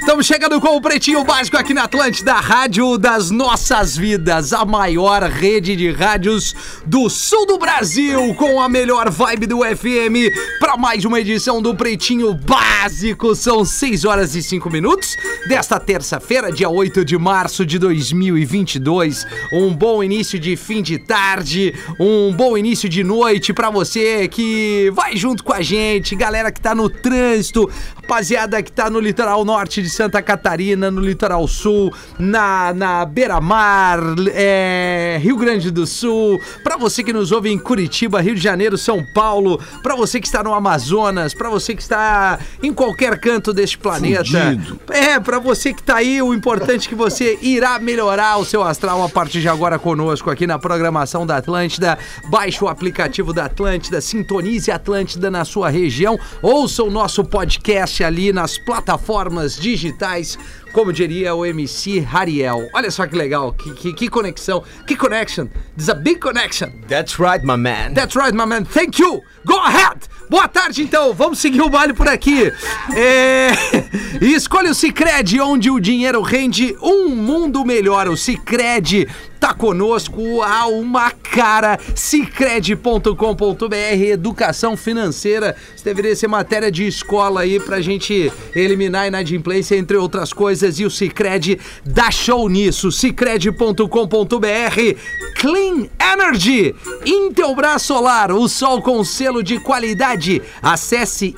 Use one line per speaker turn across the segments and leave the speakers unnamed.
Estamos chegando com o Pretinho Básico aqui na Atlântida, a rádio das nossas vidas, a maior rede de rádios do sul do Brasil, com a melhor vibe do FM, para mais uma edição do Pretinho Básico. São 6 horas e 5 minutos desta terça-feira, dia 8 de março de 2022. Um bom início de fim de tarde, um bom início de noite pra você que vai junto com a gente, galera que tá no trânsito, rapaziada que tá no litoral norte de Santa Catarina, no litoral sul, na, na beira-mar, é, Rio Grande do Sul, pra você que nos ouve em Curitiba, Rio de Janeiro, São Paulo, pra você que está no Amazonas, pra você que está em qualquer canto deste planeta.
Fudido.
É, pra você que tá aí, o importante é que você irá melhorar o seu astral a partir de agora conosco aqui na programação da Atlântida. Baixe o aplicativo da Atlântida, sintonize a Atlântida na sua região, ouça o nosso podcast ali nas plataformas digitais, como diria o MC Hariel. Olha só que legal, que, que, que conexão, que connection, there's a big connection.
That's right, my man.
That's right, my man. Thank you. Go ahead. Boa tarde, então. Vamos seguir o baile por aqui. É... e Escolha o Cicred, onde o dinheiro rende um mundo melhor. O Cicred tá conosco a uma cara. Cicred.com.br, educação financeira. Isso deveria ser matéria de escola aí pra gente eliminar a inadimplência, entre outras coisas. E o Cicred dá show nisso. Cicred.com.br, Clean Energy, Intelbras Solar, o sol com selo de qualidade. Acesse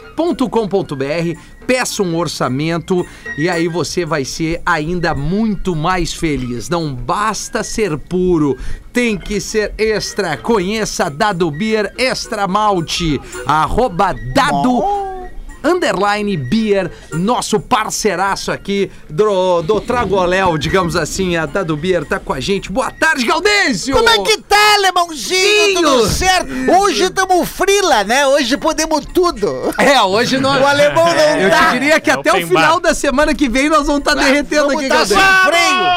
intelbrasolar.com.br, peça um orçamento e aí você vai ser ainda muito mais feliz. Não basta ser puro, tem que ser extra. Conheça Dado Beer Extra Malte, arroba Dado Underline Beer, nosso parceiraço aqui do, do Tragoléu, digamos assim. A Dado Beer tá com a gente. Boa tarde, Gaudêncio!
Como é que tá, Lemãozinho?
Zinho!
Tudo certo? Hoje tamo frila, né? Hoje podemos tudo.
É, hoje nós...
O alemão não tá.
Eu te
dá.
diria que
É o
até o
Pembar.
final da semana que vem nós vamos estar derretendo
Vamos
aqui,
tá sem
Gaudêncio.
freio.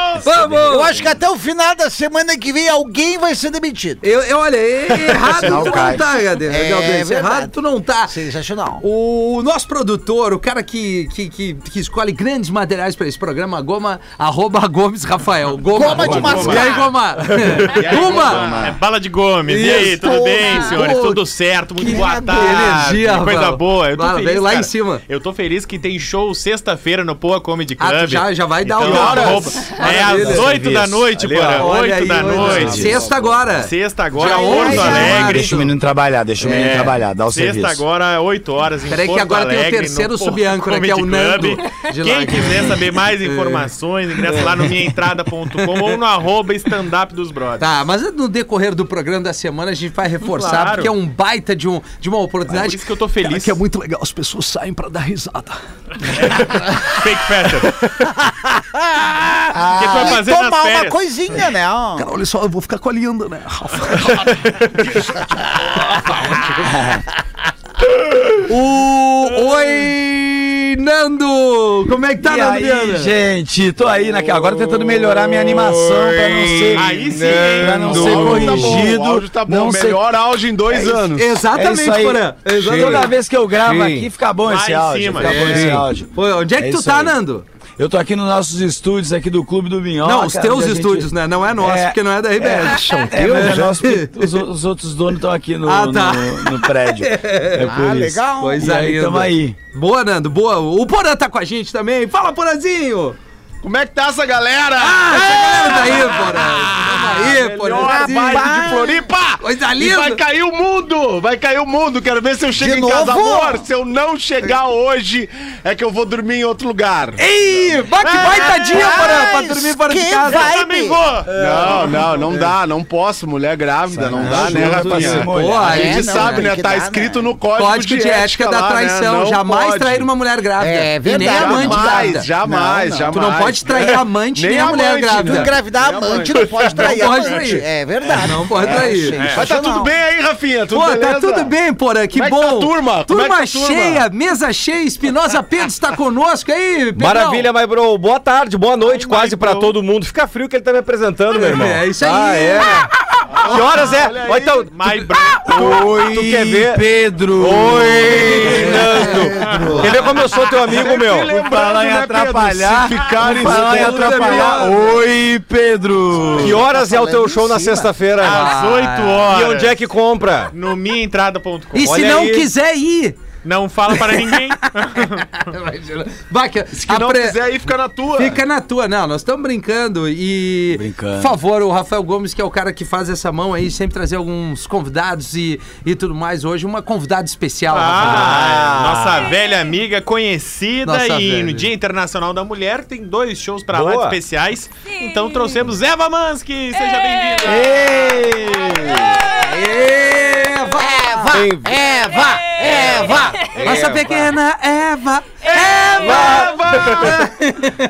Vamos!
Eu acho que até o final da semana que vem alguém vai ser demitido.
Eu, eu olha, e- errado tu
Sinal
não
cai.
tá, Gade-
É
Galdêncio. Errado
verdade.
tu não tá.
Sensacional.
O nosso produtor, o cara que, que, que, que escolhe grandes materiais pra esse programa, Goma, arroba Gomes Rafael. Goma,
Goma de mascar.
E aí, Goma? Goma!
É bala de Gomes. E aí,
Isso.
tudo bem,
Porra.
senhores?
Pô,
Tudo certo? Muito
que
boa tarde.
energia,
que coisa
Rafael.
boa. Eu tô
Bala,
feliz,
veio lá
cara.
em cima.
Eu tô feliz que tem show sexta-feira no Poa Comedy Club.
Ah, tu já- já vai dar
então,
o horas.
arroba- É
Maravilha.
às 8 da noite,
Ali, ó.
Porã.
Olha
8
aí,
da
olha aí.
noite.
Sexta agora.
Sexta agora,
Já é hoje,
Porto
já
Alegre.
Isso.
Deixa o menino trabalhar, deixa o menino
É,
trabalhar, dá o
sexta
serviço.
agora, 8 horas, em
Peraí que
Porto
agora tem o
Alegre,
terceiro
no
sub-âncora, que é o
Comedy
Nando,
Club.
de lá, É.
Quem
que-
quiser saber mais informações, ingressa lá no minhaentrada.com ou no arroba stand-up dos brothers.
Tá, mas no decorrer do programa da semana a gente vai reforçar,
Claro. É
porque é um baita de, um, de uma
Por
oportunidade. é
isso que eu tô feliz.
muito legal, as pessoas saem pra dar risada.
Fake fashion. O que tu vai fazer nas
Ah, tomar uma
férias?
coisinha, né? ó.
Cara, olha só, eu vou ficar com a Linda, né? o... Oi, Nando! Como é que tá,
E
Nando?
aí,
Viana?
gente, tô aí, né? Agora tentando melhorar minha animação pra não ser.
Aí sim,
pra não
hein?
ser
O áudio tá bom,
corrigido.
O áudio tá bom.
não ser-
Melhor áudio em dois anos.
É isso
Exatamente,
aí.
Porã.
Toda vez que eu gravo
Sim.
aqui, fica bom
Lá
esse
em
áudio.
cima.
Fica bom
É.
esse áudio.
Pô, onde é que
É
tu
isso
tá,
aí.
Nando?
Eu tô aqui nos nossos estúdios aqui do Clube do Minhoca.
não, os teus
onde a gente-
estúdios, né? Não é nosso,
É.
porque não é da RBS.
É, mas nós- os, os outros donos estão aqui no,
Ah, tá.
no- no prédio. É por
Ah,
isso.
legal.
E
Coisa
aí,
é, linda.
tamo aí.
Boa, Nando, boa. O Porã tá com a gente também. Fala, Porãzinho!
Como é que tá essa galera? É! Ah,
Ah, essa galera tá aí, Porã. Tamo aí,
Melhor baile de
Porãzinho.
Floripa!
Coisa
E vai
linda!
cair o mundo! Vai cair o mundo! Quero ver se eu chego
De
em casa.
novo?
Amor, se eu não chegar hoje, é que eu vou dormir em outro lugar. É,
Ei, vai que baitadinha, Porã, pra dormir fora de
que
casa. Tá
vai-
Também vou.
É.
Não, não, não dá, não posso. Mulher grávida, não dá, né,
Junto, se
rapaziada?
molhar.
Boa,
A
é,
gente
não,
sabe,
tem
né?
que
Tá
dar,
escrito
né?
no código,
Código de ética
lá,
da
né?
traição.
Não
Jamais
pode.
trair uma mulher grávida.
É
E nem
verdade,
amante grávida.
Jamais, jamais,
Não, não.
jamais.
Tu não pode pode trair amante nem,
Nem
a mulher
amante, né?
Tu
grávida.
engravidar amante não pode trair
pode
amante.
trair.
É verdade.
Não pode
É,
trair.
gente,
É. Mas
Mas tá tudo
sensacional.
bem aí, Rafinha? Tudo
Pô,
beleza?
tá tudo bem, Porã, que
Como é que
bom.
tá a turma? Como é
Turma
que tá a turma?
cheia, mesa cheia, Espinosa Pedro tá conosco aí, Pedrão.
Maravilha, my bro. Boa tarde, boa noite, quase
my
pra
bro.
todo mundo. Fica frio que ele tá me apresentando, meu irmão.
É, isso aí.
Ah, é. que horas é? Ó, então,
My bro.
Oi, tu quer ver? Pedro. Oi, Nando. Quer ver como eu sou teu amigo, meu?
Falar em
né,
atrapalhar. Se ficarem
falar em
atrapalhar.
Oi, Pedro. Que horas é o teu show na sexta-feira?
Às 8
E
horas.
onde é que compra?
No minhaentrada.com.
E se
Olha
não
aí.
quiser ir?
Não fala para ninguém.
Vai, que,
Se não
apre-
quiser aí, fica na tua.
Fica na tua, não, nós estamos brincando e. Brincando. Por favor, o Rafael Gomes, que é o cara que faz essa mão aí, sempre trazer alguns convidados e, e tudo mais hoje. Uma convidada especial, Rafael.
Ah, nossa velha amiga conhecida
Nossa
e
velha.
no Dia Internacional da Mulher tem dois shows pra lá
Boa.
especiais. Então trouxemos Eva Mansky, seja bem-vinda.
Eva, Eva, Eva.
Nossa pequena é Eva!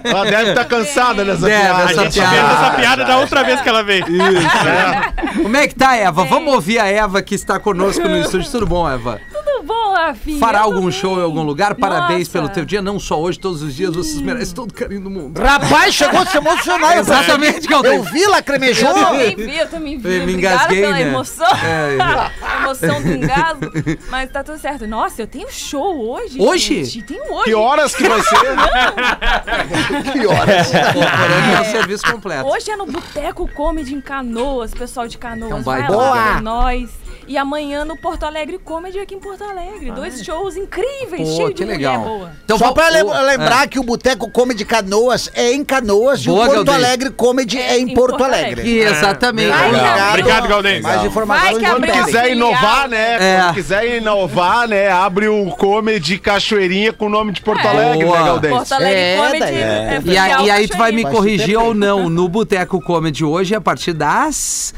Ela deve estar cansada dessa
Deve,
piada.
A
essa
gente
piada.
fez
Ah,
essa piada
é.
da outra vez que ela veio.
Como é que tá, Eva? Vamos ouvir a Eva que está conosco no estúdio. Tudo bom, Eva?
Tudo bom, Rafinha?
Fará
Eu
algum
tô
show em
bem.
algum lugar? Parabéns
Nossa.
pelo teu dia, não só hoje, todos os dias. Vocês merecem todo o carinho do mundo.
Rapaz, chegou a se emocionar.
Exatamente, Caldeira.
Eu vi, lacrimejou.
Eu também vi, eu também vi.
Eu me
Obrigada
engasguei,
pela
né?
emoção.
É.
A emoção do engasgo. Mas tá tudo certo. Nossa, eu tenho show hoje.
Hoje?
Gente. Tenho hoje.
Que horas que vai ser?
Que horas.
Parabéns pelo É, serviço completo.
Hoje é no Boteco Comedy em Canoas, pessoal de Canoas.
Então vai
vai
lá.
lá, é nós. E amanhã no Porto Alegre Comedy aqui em Porto Alegre. Dois shows incríveis,
Ah, é. Pô,
cheio
que
de
legal.
mulher boa.
Então,
Só
vamos-
pra lem-
o- é.
lembrar que o Boteco Comedy Canoas é em Canoas
Boa,
e o Porto
Galdês.
Alegre Comedy é em, Porto, Alegre.
é. Que exatamente.
Vai,
Obrigado.
Obrigado, Galdêncio.
Mais informações
Vai que
no
abriu
Boteco.
a
quiser inovar, né?
É.
Quando quiser inovar, né? Abre o Comedy Cachoeirinha com o nome de Porto
É.
Alegre,
Boa.
né, Galdêncio?
Porto Alegre
É,
Comedy.
daí.
é
E, aí-
oficial
e aí tu vai me
Cachoeirinha.
corrigir ou não. No Boteco Comedy hoje, a partir das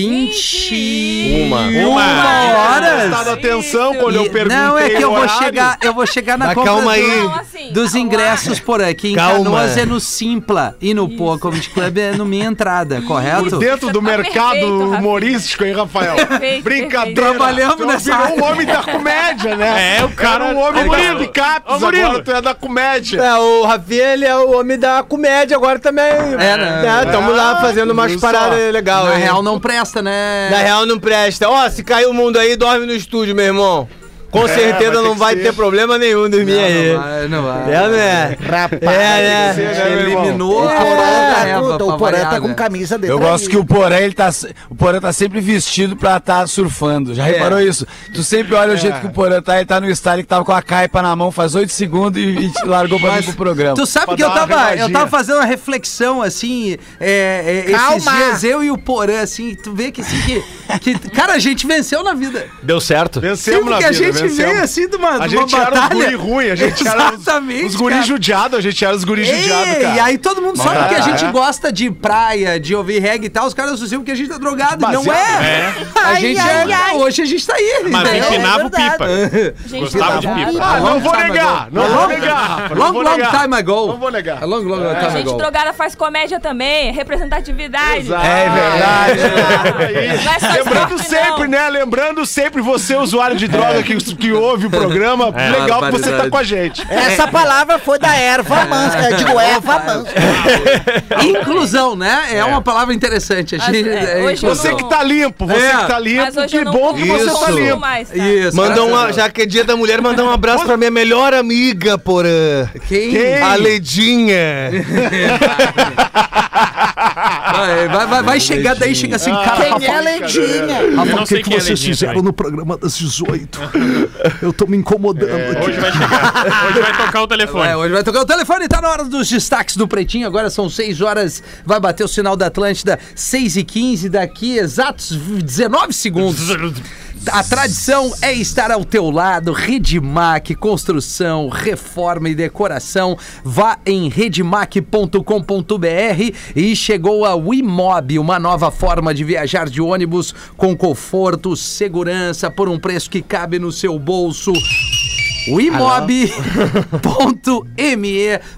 21
Uma.
Tinha prestado
horas.
atenção quando eu
E-
perguntei
não, é que eu
o
vou
horário.
chegar, eu vou chegar na
Mas
compra
calma
do-
aí.
Não, assim,
dos
calma.
ingresos por aqui. Em
Calma.
Canoas é no Simpla e no Pô Comedy Club é no Minha Entrada, correto?
Dentro do
Tá
mercado
perfeito, Rafinha.
humorístico, hein, Rafael?
Perfeito,
Brincadeira.
perfeito.
Trabalhamos
Tu
nessa
virou
área.
um homem da comédia, né?
É, o cara-
Era um homem
Ô,
da
Murilo.
picapes,
Ô,
agora
Murilo.
tu é da comédia.
É, o Rafinha, ele é o homem da comédia agora também.
É, né?
Estamos lá fazendo umas
Viu Ah, só?
paradas legais.
Na
hein?
real não presta, né?
Na real não presta. Ó, se cair o mundo aí, dorme no estúdio, meu irmão. Com certeza
É, vai ter
não
que
vai
ser.
ter problema nenhum dormir aí.
não vai, não vai.
É, né?
Rapaz.
É, né?
né, meu irmão?
Eliminou
O
a
Porã
parada
tá
da Eva
tudo,
pra
o Porã
variar,
tá com
é, né?
camisa de
Eu
traíra.
gosto que o Porã, ele tá, se- o Porã tá sempre vestido pra estar surfando.
É.
Já reparou isso? Tu sempre olha
É.
o jeito que o Porã tá, ele tá no style que tava com a caipa na mão faz 8 segundos e, e te largou pra vir pro programa.
Tu sabe
Pra
que eu
dar uma
tava, eu
remadinha.
tava fazendo uma reflexão, assim, é, é, esses
Calma.
dias, eu e o Porã, assim, tu vê que, assim, que, que- cara, a gente venceu na vida.
Deu certo.
Vencemos na
que
vida,
a gente
vencemos.
veio, assim, de uma,
A
de uma
gente
um
era os guri
batalha.
ruim, a gente
Exatamente,
era os, os guri
cara.
judiado, a gente era os guri judiado,
é? Ei,
cara.
e aí todo mundo sabe
Mas
que a
é,
gente
é.
gosta de praia, de ouvir reggae e tal, os caras associam que a gente tá drogado, e não
Baseado,
é. A gente é, hoje a gente tá aí. É.
Mas
entendeu?
empinava o
verdade.
pipa.
Gente,
Gostava de pipa.
Ah,
Long
não vou
time
negar,
ago.
não
Long-
vou negar, Rafa, Ah, não
Long,
vou
long
negar.
time ago.
Não vou negar. É.
A Long, long, long
A
time
gente
ago.
drogada faz comédia também, é representatividade.
É
Não é só
Lembrando
esporte, não.
sempre, né? Lembrando sempre você, usuário de droga que, que ouve o programa. Legal que você tá com a gente.
Essa palavra foi da erva mansa. é, Eu digo erva mansa.
é Inclusão, né? É, uma palavra interessante. A gente,
Mas, é,
é,
hoje
inclusão.
Você que tá limpo, você
É.
que tá
Mas
limpo,
hoje eu
que
não
bom que você
consumo
tá limpo.
mais, tá?
Isso,
Mandar
graças a
uma,
Deus.
já que é dia da mulher, mandar um abraço pra minha melhor amiga, Porã.
Quem?
Quem?
A Ledinha.
Vai, vai, vai, vai chegar daí,
Ah,
Ah,
chega assim,
tá
cara.
Quem
Rafa,
é Ledinha?
Eu
Rafa,
não
o
sei
que,
quem
que
é
vocês
Ledinha
fizeram
também.
no programa das 18? Eu tô me incomodando
É,
aqui.
Hoje vai chegar. Hoje vai tocar o telefone.
É, hoje vai tocar o telefone, tá na hora dos destaques do Pretinho, agora são 6 horas, vai bater o sinal da Atlântida, 6 e 15 daqui exatos 19 segundos. A tradição é estar ao teu lado, Redmac, construção, reforma e decoração, vá em redmac.com.br e chegou a Wimob, uma nova forma de viajar de ônibus com conforto, segurança, por um preço que cabe no seu bolso. o imob.me,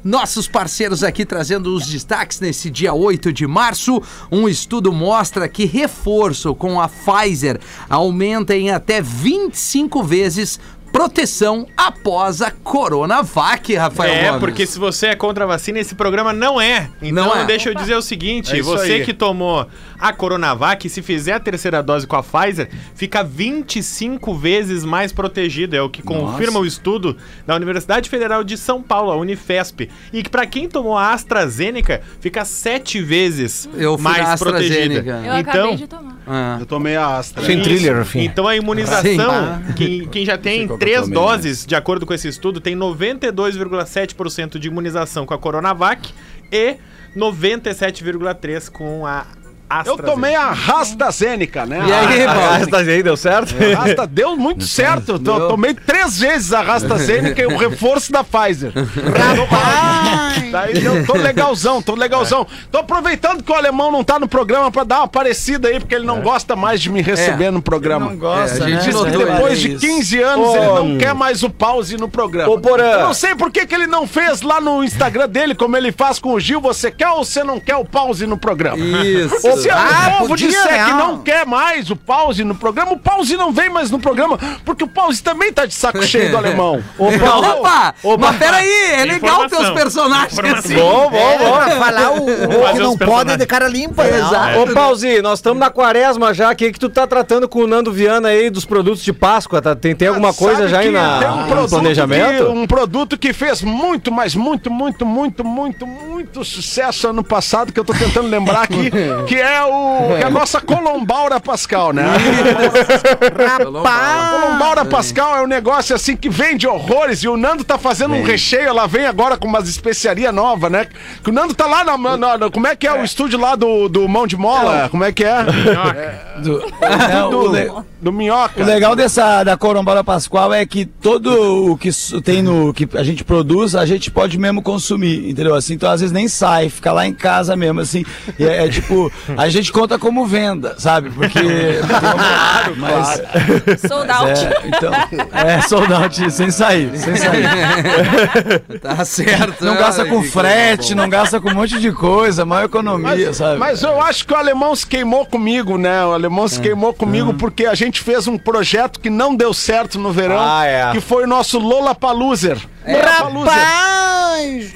nossos parceiros aqui trazendo os destaques nesse dia 8 de março. Um estudo mostra que reforço com a Pfizer aumenta em até 25 vezes proteção após a Coronavac, Rafael
É,
Gomes.
porque se você é contra a vacina, esse programa não é. Então,
Não é.
deixa eu dizer o seguinte:
É isso
você
aí.
que tomou a Coronavac, se fizer a terceira dose com a Pfizer, fica 25 vezes mais protegido. É o que confirma o estudo da Universidade Federal de São Paulo, a Unifesp. E que pra quem tomou a AstraZeneca, fica 7 vezes
Eu fui na
mais
AstraZeneca.
protegida. Então,
Eu acabei de tomar.
Ah.
Eu tomei a Astra.
Isso.
thriller, Rafinha.
Então a imunização,
Sim.
quem, quem já tem
qual que eu
três
tomei,
doses, de acordo com esse estudo, tem 92,7% de imunização com a Coronavac e 97,3% com a
Eu
AstraZeneca.
tomei a AstraZeneca, né?
E aí, Paulo?
aí, deu certo?
A Rasta É, deu muito certo. Eu to- tomei três vezes a AstraZeneca e é o reforço da Pfizer. Daí eu tô legalzão, tô legalzão. Tô aproveitando que o alemão não tá no programa pra dar uma parecida aí, porque ele não gosta mais de me receber no programa.
gosta,
É, a gente
Diz que
notou
depois de
isso.
15 anos
Ô,
ele não quer mais o pause no programa.
Ô, Porã.
Eu não sei por que, que ele não fez lá no Instagram dele, como ele faz com o Gil, você quer ou você não quer o pause no programa?
Isso.
Ô, Se
Ah,
o povo
podia,
disser
né?
que não quer mais o pause no programa, o pause não vem mais no programa, porque o pause também tá de saco cheio do alemão. Ô, Paulo,
Opa! Mas peraí, é legal
Informação.
teus personagens assim.
Bom, bom, bom.
É, Pra falar o, o que
Fazer os
não pode é de
personagens.
cara limpa, né?
Ô, Pauzi, nós estamos na quaresma já. O que, que tu tá tratando com o Nando Viana aí dos produtos de Páscoa? Tá- tem, tem alguma
Sabe
coisa já aí
que
na,
um
tem um
no planejamento?
que- um produto que fez muito, mas muito, muito, muito, muito, muito sucesso ano passado, que eu tô tentando lembrar aqui, que é o que é a nossa Colombaura Pascal, né? A Colombaura Pascal é um negócio assim que vende horrores e o Nando tá fazendo um recheio, ela vem agora com umas especiaria nova, né? Que o Nando tá lá na, na- na- como é que é, o estúdio lá do, do Mão de Mola? Como é que é?
Do- Não, É o
do,
le-
do Minhoca.
O legal dessa da Corombola Pascoal é que todo o que su- tem no que a gente produz, a gente pode mesmo consumir, entendeu? Assim, então às vezes nem sai, fica lá em casa mesmo, assim. E é, é tipo, a gente conta como venda, sabe? Porque. claro, mas,
Sold out.
É, então, é sold out, sem sair, sem sair.
Tá certo.
Não gasta
Ai,
com
que
frete,
coisa
não gasta com um monte de coisa, maior economia,
Mas,
sabe?
mas eu acho que o alemão se queimou comigo, né? O alemão se queimou comigo porque a gente fez um projeto que não deu certo no verão,
Ah, é.
que foi o nosso Lola Paluser.
Rapaz!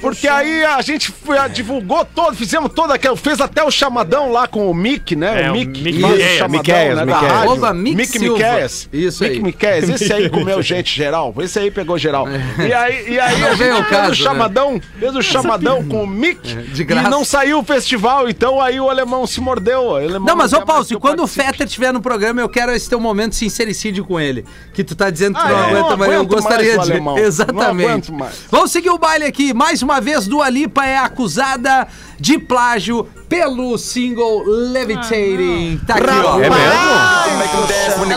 Porque aí a gente foi- divulgou todo, fizemos todo aquele, fez até o chamadão lá com o Mick, né?
É,
o
o
Mick,
Mick
que faz o
Miqueias,
chamadão, né,
Miqueias,
da
Miqueias.
rádio.
Arroba Mick Silva.
Miqueias.
Isso
Mick
aí.
Miqueias, esse aí comeu gente geral, esse aí pegou geral. E aí, e aí
É. Não
a
vem ao
gente fez o
caso, né?
chamadão, fez o chamadão com o Mick
É, de graça.
e não saiu o festival, então aí o alemão se mordeu. O alemão
Não, mas
quer
ô
mais
Paulo,
que
se
eu
quando o
participe.
Fetter estiver no programa, eu quero esse teu momento sincericídio com ele. Que tu tá dizendo que tu
Ah,
não
é, eu
aguenta,
não
mas eu
aguento mais
gostaria
o
de.
alemão.
Exatamente.
Não aguento mais.
Vamos seguir o baile aqui. Mais uma vez, Dua Lipa é acusada de plágio pelo single Levitating. Tá aqui, ó.
É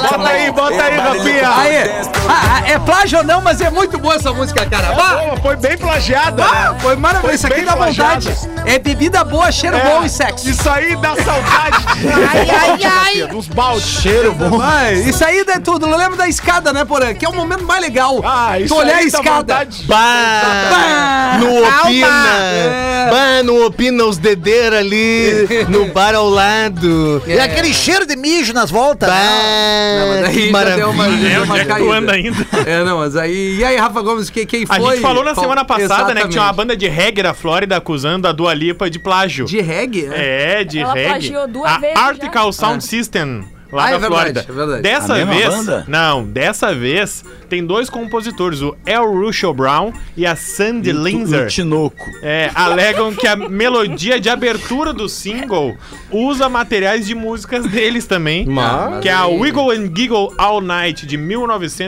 Bota aí, bota aí, Rafinha.
Aê! Ah, ah, é plágio ou não, mas é muito boa essa música, cara. Bah!
Pô, É foi bem plagiada.
Ah, foi maravilhoso. Isso aqui
bem
dá vontade.
planejado.
É bebida boa, cheiro bom e sexo.
Isso aí dá saudade.
Ai, ai, ai.
Dos baldes.
cheiro bom.
Vai, isso aí é tudo. Eu lembro da escada, né, Porã? Que é o momento mais legal.
Ah, isso
tu olhar
aí
a
dá
escada.
vontade.
tá Bah!
No Opina!
É.
Bah, no Opina, os dedeiros ali, no bar ao lado.
E aquele cheiro de mijo nas voltas.
É. Não, mas
Bah,
aí
que
já deu uma-
maravilha.
deu
É,
uma
onde é que tu
caída.
anda ainda?
É, não, mas aí. E aí, Rafa Gomes, que, quem foi?
A gente falou na
Qual-
semana passada, né, que tinha uma
Exatamente.
banda de reggae da Flórida acusando a Dua Lipa de plágio.
De reggae? né?
É, de
Ela
reggae.
plagiou duas
a
vezes já.
Article Sound System. Lá
Ah,
da
é verdade,
Flórida.
é verdade.
Dessa
A mesma
vez.
banda?
Não, dessa vez tem dois compositores, o El Russell Brown e a Sandy Linzer.
O Tinoco.
É, alegam que a melodia de abertura do single usa materiais de músicas deles também.
Mas-
Que é a Wiggle and Giggle All Night, de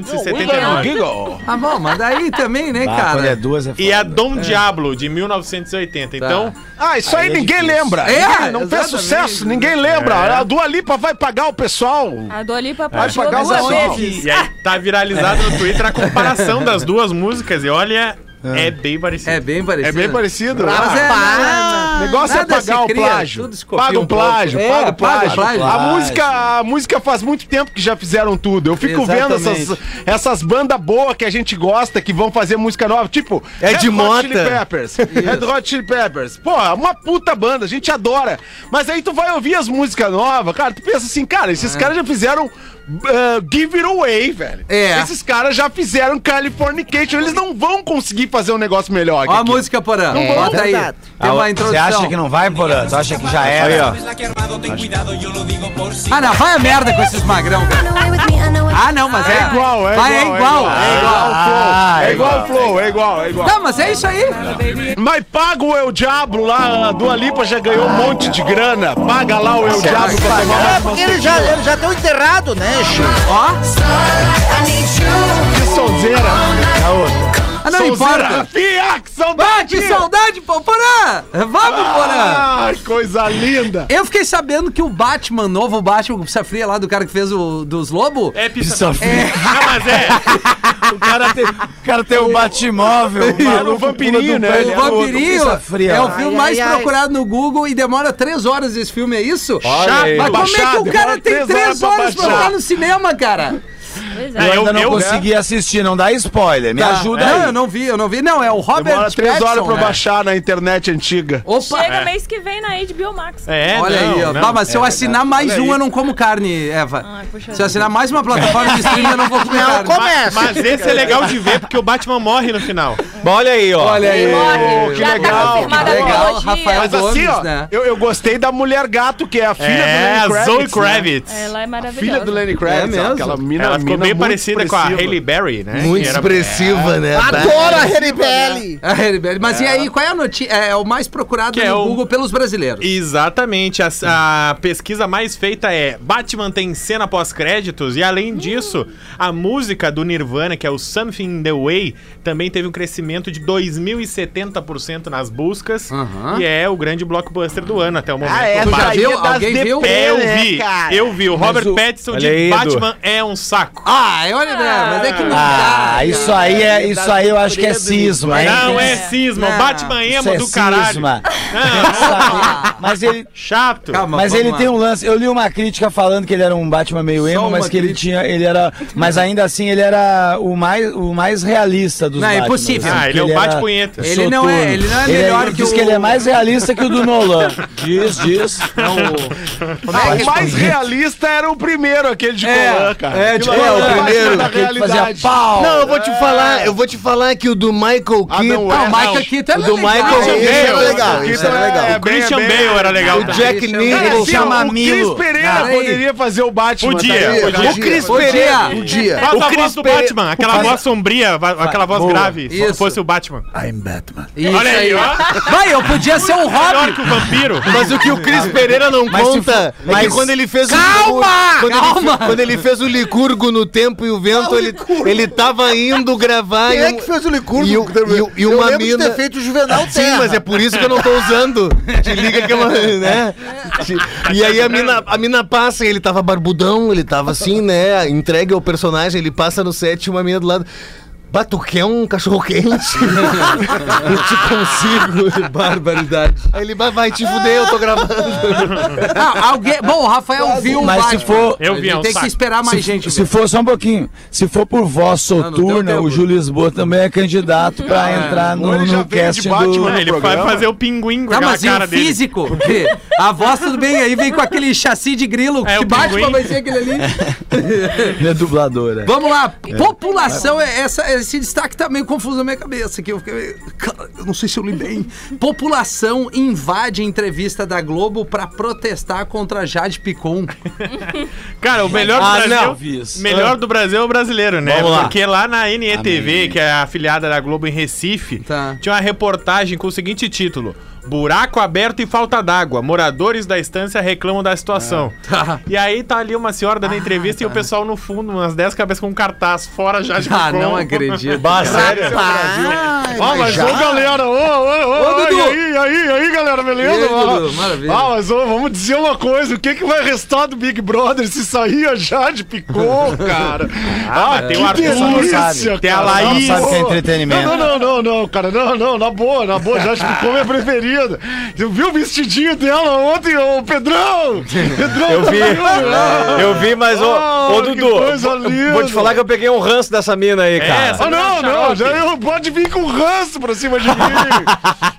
1979.
Ah, bom, mas daí também, né,
Ah, quando
cara?
é duas é
E a
foda.
Dom Diablo, de 1980. Então,
Ah, isso aí,
é
ninguém
difícil.
lembra.
É,
Ninguém- não fez
exatamente.
sucesso, ninguém lembra.
É.
A Dua Lipa vai pagar o pessoal.
A Dua
Tá
Lipa plagiou
pagar o
duas
pessoal.
vezes.
E aí tá viralizado no Twitter a comparação das duas músicas e olha, é, bem parecido.
É bem parecido.
É bem parecido.
Mas é,
Ah,
não, não, não.
negócio
Nada
é pagar
se
o
cria,
plágio.
tudo se copia
Paga
um
o plágio,
pouco.
paga
É,
o plágio.
paga o plágio.
A
Plágio.
música, a música faz muito tempo que já fizeram tudo. Eu fico vendo
Exatamente.
essas, essas bandas boas que a gente gosta, que vão fazer música nova, tipo
É de
Red
Mota.
Hot Chili Peppers. Red Hot Chili Peppers. Porra, uma puta banda, a gente adora. Mas aí tu vai ouvir as músicas novas, cara, tu pensa assim, cara, esses caras já fizeram eh, Give It Away, velho.
É.
Esses caras já fizeram Californication, eles não vão conseguir fazer um negócio melhor. que
Ó a
aquilo.
música, Porã.
Não vamos.
Bota aí.
Verdade.
Tem uma
É. Ah, Você
introdução.
acha que não vai, Porã? Tu acha que já era?
Ah, não, vai a merda com esses magrão, cara. Ah, não, mas é.
É igual, é
Vai, é igual.
É igual o flow.
Ah,
é igual o flow, é igual, é igual.
Tá, mas é isso aí.
Mas paga o El Diablo lá, a Dua Lipa já ganhou um monte de grana. Paga lá o El Diablo pra tomar
É,
mais
porque
umas
ele já, ele já deu enterrado, né, Chico?
Ó.
de sonzeira.
Ah, não importa.
Fia, que
Ah,
saudade!
que saudade, pô. Porã. Eh,
Ah,
Vamos, Porã.
Ai, coisa linda!
Eu fiquei sabendo que o Batman, novo Batman, o Pizza Fria lá do cara que fez o dos Lobo,
É pizza.
Isso, filho.
Ah, mas é.
O cara tem, o cara tem um batimóvel. um maluco,
o vampirinho,
pula do
né?
prédio
O
pro outro,
Vampirinho
pizza fria.
é o
Ai,
filme mais
ai, ai.
procurado no Google e demora três horas esse filme, é isso?
Chato,
aí.
Mas como é
baixado,
que o cara
demora
tem três horas pra
baixar.
estar no cinema, cara?
Pois
É,
é.
Eu ainda não
Eu- eu-
consegui assistir, não dá spoiler. Me ajuda
Tá. Não, eu
aí.
não vi, eu não vi. Não, é o Robert
Demora três
Pattinson,
horas pra
né?
baixar na internet antiga.
Opa!
Chega mês que vem na HBO Max.
É,
Olha
não,
aí, ó.
não.
Bah, mas se eu
É,
assinar mais uma, eu não como carne, Eva.
Ai, puxa
se eu assinar mais uma plataforma de streaming, eu não vou comer
Não,
carne.
começa.
Mas esse é legal de ver porque o Batman morre no final.
Bom, olha aí, ó.
Olha aí.
Ele morre.
que
já
legal,
tá confirmada
que
a
legal,
trilogia.
Rafael.
Mas assim,
Gomes,
ó,
né?
eu, eu gostei da mulher gato, que é a filha
É,
do Lenny
a
Kravitz.
Zoe
né?
Kravitz.
Ela é maravilhosa.
Filha do Lenny Kravitz,
mesmo?
aquela mina,
Ela ficou
mina
bem
muito
parecida com a
expressiva.
Hailey Berry, né?
Muito
Que era- É.
expressiva, né?
Adoro a Rebelle.
Ah, ele- Mas e aí, qual é a notícia? É o mais procurado
Que é
no
o-
Google pelos brasileiros.
Exatamente, a, a pesquisa mais feita é Batman tem cena pós-créditos e
Hum.
além disso, a música do Nirvana, que é o Something in the Way, também teve um crescimento de 2070% nas buscas
Aham.
e é o grande blockbuster do ano até o momento.
Ah, é,
O
Tu já
Batman-
aí
viu?
é das
Alguém viu?
DP.
eu
né,
vi,
cara?
eu vi, o Robert
o-
Pattinson de
Olha aí, Edu.
Batman é um saco.
Ah, olha, né? Mas é que não dá.
Ah, isso aí é, isso aí eu acho que é cisma, hein?
Não é cisma,
Não,
o Batman
Isso
emo
é
do caralho.
cisma.
Não,
Mas ele,
chato.
Calma,
mas
vamos
ele
lá.
tem um lance. Eu li uma crítica falando que ele era um Batman meio emo,
uma
mas que ele
crítica.
tinha, ele era, mas ainda assim ele era o mais, o mais realista dos
Não, é
Batman. assim,
impossível.
Ah, ele é o bate-punheta.
Ele não é- ele não é melhor que
diz
o-
que ele é mais realista que o do Nolan. Diz, diz.
O mais realista era o primeiro, aquele de
É,
Colan, cara.
é,
Aquilo
tipo,
ali
é, o
mais
primeiro,
da
aquele que fazia
realidade. É.
pau.
Não, eu vou te falar, eu vou te falar que o do Michael
Ah, não,
Keaton,
Ah, o
é,
Michael Keaton é
do
legal.
Michael
Christian
Keaton.
Bale,
Isso era
legal,
legal,
isso era legal.
legal.
É,
O Christian
bem, é
Bale
bem.
era legal.
o
também.
Jack
Cara,
Cara,
Nicholson,
assim, ó, o Cris
Milo.
Pereira
Cara, aí.
poderia fazer o Batman.
tá
Podia,
também.
podia.
O Cris
Bom dia.
Pereira.
o dia.
Faz a voz do
Pereira-
Batman, aquela voz sombria, va- aquela voz
boa.
grave, se
Isso.
fosse o Batman.
I'm Batman.
Isso
Olha aí, ó.
Vai, eu podia ser o
Melhor
Robin. Ah.
que o vampiro.
Mas o que o Cris Pereira não
Mas se
conta
for-
é que
mas-
quando ele fez
Calma!
o quando Ele,
Calma!
fe- quando ele fez o Licurgo no Tempo e o Vento, ele, ele tava indo gravar
Ah, Quem
e
é
um-
que fez o licurgo?
e o- e o- e
eu
uma
lembro de ter
mina-
feito o Juvenal Terra.
Sim, mas é por isso que eu não tô usando. Te liga que é uma. Né? Te-
Tá
E aí a mina, a mina passa e ele tava barbudão, ele tava assim, né? Entregue ao personagem, ele passa no set e uma mina do lado. "Bah, tu quer um cachorro quente? eu te consigo.
Barbaridade.
Aí ele vai, vai te fuder, eu tô gravando.
Ah, alguém... Bom, o Rafael viu o
Mas se
Batman.
for-
Eu vi, é um
Tem que
saco.
esperar mais
se,
gente.
se
ver.
for só um pouquinho, se for por voz
não tem o
soturna,
tempo.
o Júlio Lisboa também é candidato pra entrar no,
ele já veio
no
de
casting do...
Batman.
Ah, ele vai
programa.
fazer o pinguim com
Tá,
aquela
mas e
cara
o
dele.
físico? Porque a voz tudo bem, aí vem com aquele chassi de grilo.
É,
que
o
Batman
pinguim.
vai ser aquele ali.
Minha Né, dubladora.
Vamos lá. População, é, essa, esse destaque tá meio confuso na minha cabeça. Que eu, fiquei meio- cara, eu não sei se eu li bem. População invade entrevista da Globo pra protestar contra Jade Picon.
Cara, o melhor do
Ah,
Brasil.
não, vi isso.
Melhor do Brasil é o brasileiro, né?
Vamos lá.
Porque lá na NETV,
Amém.
que é a afiliada da Globo em Recife,
Tá.
tinha uma reportagem com o seguinte título: Buraco aberto e falta d'água. Moradores da estância reclamam da situação.
Tá. Ah,
E aí tá ali uma senhora dando entrevista e o pessoal no fundo, umas 10 cabeças com um cartaz fora já de
Ah,
Picon.
não acredito.
Ah,
Ó, mas ô galera, ô, ô, ô,
Ô,
ô,
Dudu.
e aí, e aí, e aí, galera, beleza?
E aí, Dudu,
Ah,
maravilha.
Ah, mas ô, vamos dizer uma coisa: o que, que vai restar do Big Brother se sair a Jade Picô, cara?
Ah, mas tem o Arthur,
delícia,
tem a
cara.
Laís.
Sabe que é
Não,
entretenimento.
não, não, não, não, cara, não, não, na boa, na boa, Jade Picô é minha preferida. vestida. Eu vi o vestidinho dela ontem, ô Pedrão! Pedrão,
Eu vi,
Ah,
eu vi, mas ô, ô
Oh,
ah, que
Dudu,
coisa
vou-
linda.
vou te falar que eu peguei um ranço dessa mina
É,
aí, cara. é um
essa-
Ah, não, não, já eu, pode vir com ranço pra cima de mim.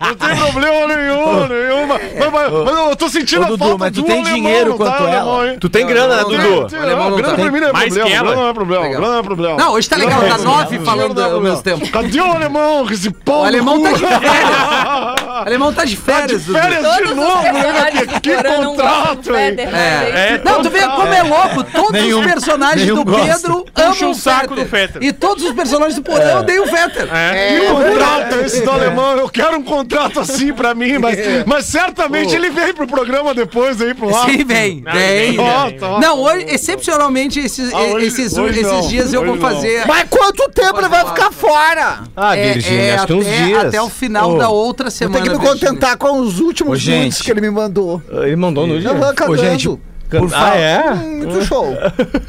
não tem problema nenhum, nenhuma. Mas, mas- mas eu tô sentindo
ô,
a
Dudu,
falta
mas tu
do
tem
alemão,
dinheiro
não
quanto
o alemão,
ela?
hein?
Tu tem grana,
Não,
né,
não,
Dudu?
não,
alemão não
grana
tá.
pra mim não é
Mais
problema,
que ela.
grana não é problema,
Legal.
grana não é problema.
Não, hoje tá legal, tá nove falando ao mesmo tempo.
Cadê o um alemão, que esse pau
O
no
alemão
cu?
tá de férias. O alemão tá de férias, Dudu.
Férias de novo, né? Que- Que contrato, hein?
É.
É.
Não, tu vê como é louco. Todos
Nenhum-
os personagens
nenhum
do
gosta.
Pedro amam
o saco do Fetter.
E todos os personagens do
É.
Porã odeiam o Fetter.
Que contrato é esse do alemão? Eu quero um contrato assim pra mim, mas, mas certamente ele vem pro programa depois aí pro lado.
Sim,
vem,
vem, vem.
Ó,
vem.
tá ó.
Não, hoje, excepcionalmente, esses,
Ah, hoje-
esses,
hoje
esses
não.
dias eu
Hoje
vou
não.
fazer.
Mas quanto tempo ele vai ficar fora?
Ah,
é,
Virgínia,
é,
acho que uns
até,
dias.
até o final
Ô,
da outra
Eu
semana.
tenho que me
Virgínia.
contentar com os últimos
Ô, gente.
nudes que ele me mandou.
Ah, Ele mandou no
Eu vou cagando.
gente, Por
Ah,
fa-
é?
Muito show.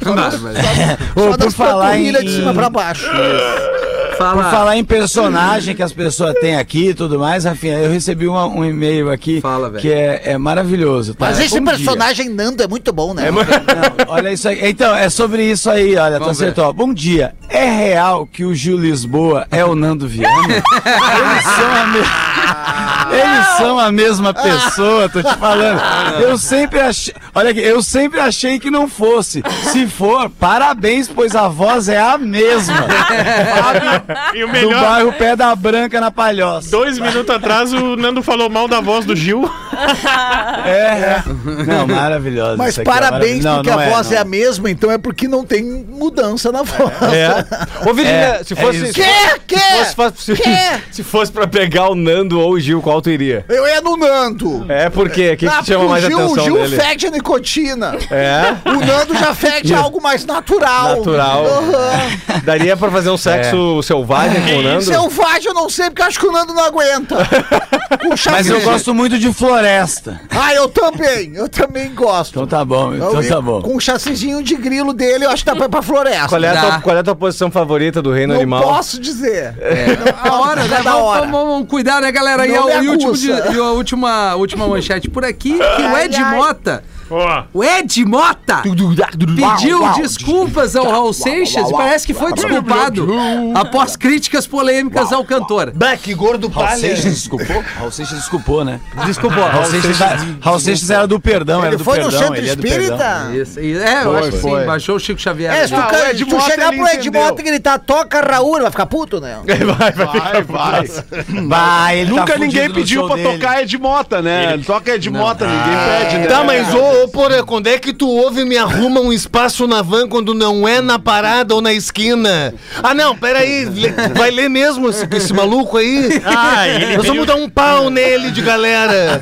Não, velho.
Ô, por falar em,
panturrilhas de cima pra baixo.
por
Fala.
falar em personagem que as pessoas têm aqui e tudo mais, Rafinha, eu recebi uma- um e-mail aqui
Fala, velho.
que é, é maravilhoso. Tá?
Mas esse
Bom dia.
personagem Nando é muito bom, né?
Não, olha isso aí. Então, é sobre isso aí, olha, tu
Vamos ver.
acertou. Bom dia. É real que o Gil Lisboa é o Nando Viana? Eles são a
Ah.
me- Eles são a mesma pessoa, tô te falando.
Ah,
Eu sempre achei. Olha aqui, eu sempre achei que não fosse. Se for, parabéns, pois a voz é a mesma.
E o
Do
melhor,
bairro Pé da Branca na Palhoça.
dois minutos atrás o Nando falou mal da voz do Gil.
É. Não, maravilhosa.
Mas
isso aqui é maravilhoso.
parabéns,
Não,
porque
não
a voz é
não.
a mesma, então é porque não tem mudança na voz.
É. Ô, Virgínia,
É,
se
é
fosse.
isso.
se
Que?
fosse
Que?
fa- se, se fosse pra pegar o Nando ou o Gil, qual tu iria?
Eu ia no Nando.
É porque, o que, que
Ah,
te chama
o
mais
Gil, o
atenção
Gil
dele?
fede a nicotina.
É,
O Nando já fede algo mais natural.
Natural.
Aham.
daria pra fazer um sexo
É.
selvagem com o Nando?
Selvagem eu não sei, porque eu acho que o Nando não aguenta. O
Mas eu
Xavier.
gosto muito de floresta.
Ah, eu também. Eu também gosto.
Então tá bom, então
Eu-
tá bom.
Com um chassizinho de grilo dele, eu acho que tá pra ir pra floresta.
Qual é, a
Dá.
tua, qual é a tua posição favorita do reino
não
animal? É.
posso dizer.
A hora, né?
Cada
Vamos,
Tá hora.
vamos- vamos cuidar, né, galera? E,
Não
a,
me
e o último
acusa.
de- e a última, última manchete por aqui, que o Ed Mota,
Ó.
o Ed Mota, pediu desculpas ao Raul Seixas e parece que foi desculpado após críticas polêmicas ao cantor.
Black gordo
Raul Seixas desculpou? Raul Seixas desculpou, né? Desculpou. Raul Seixas, Raul Seixas era do perdão, era
Ele
do
foi no
perdão.
centro
ele é do perdão.
espírita?
Isso, isso. É, eu acho que sim, baixou o Chico Xavier.
É, se tu,
né?
can-
Ah, o Ed
se tu
Mota,
chegar
ele
pro Ed
entendeu.
Mota e gritar toca Raul, ele vai ficar puto, né?
Vai, vai.
Vai, ele tá
Nunca
fudido
ninguém
no
pediu
show
pra
dele.
tocar Ed Mota, né? Toca Ed Mota, ninguém
Ah,
pede, né?
Tá, mas ô, ô porra, quando é que tu ouve me arruma um espaço na van quando não é na parada ou na esquina? Ah, não, peraí, le- vai ler mesmo esse, esse maluco aí?
Ah, ele
Nós
pediu-
vamos dar um pau nele de galera.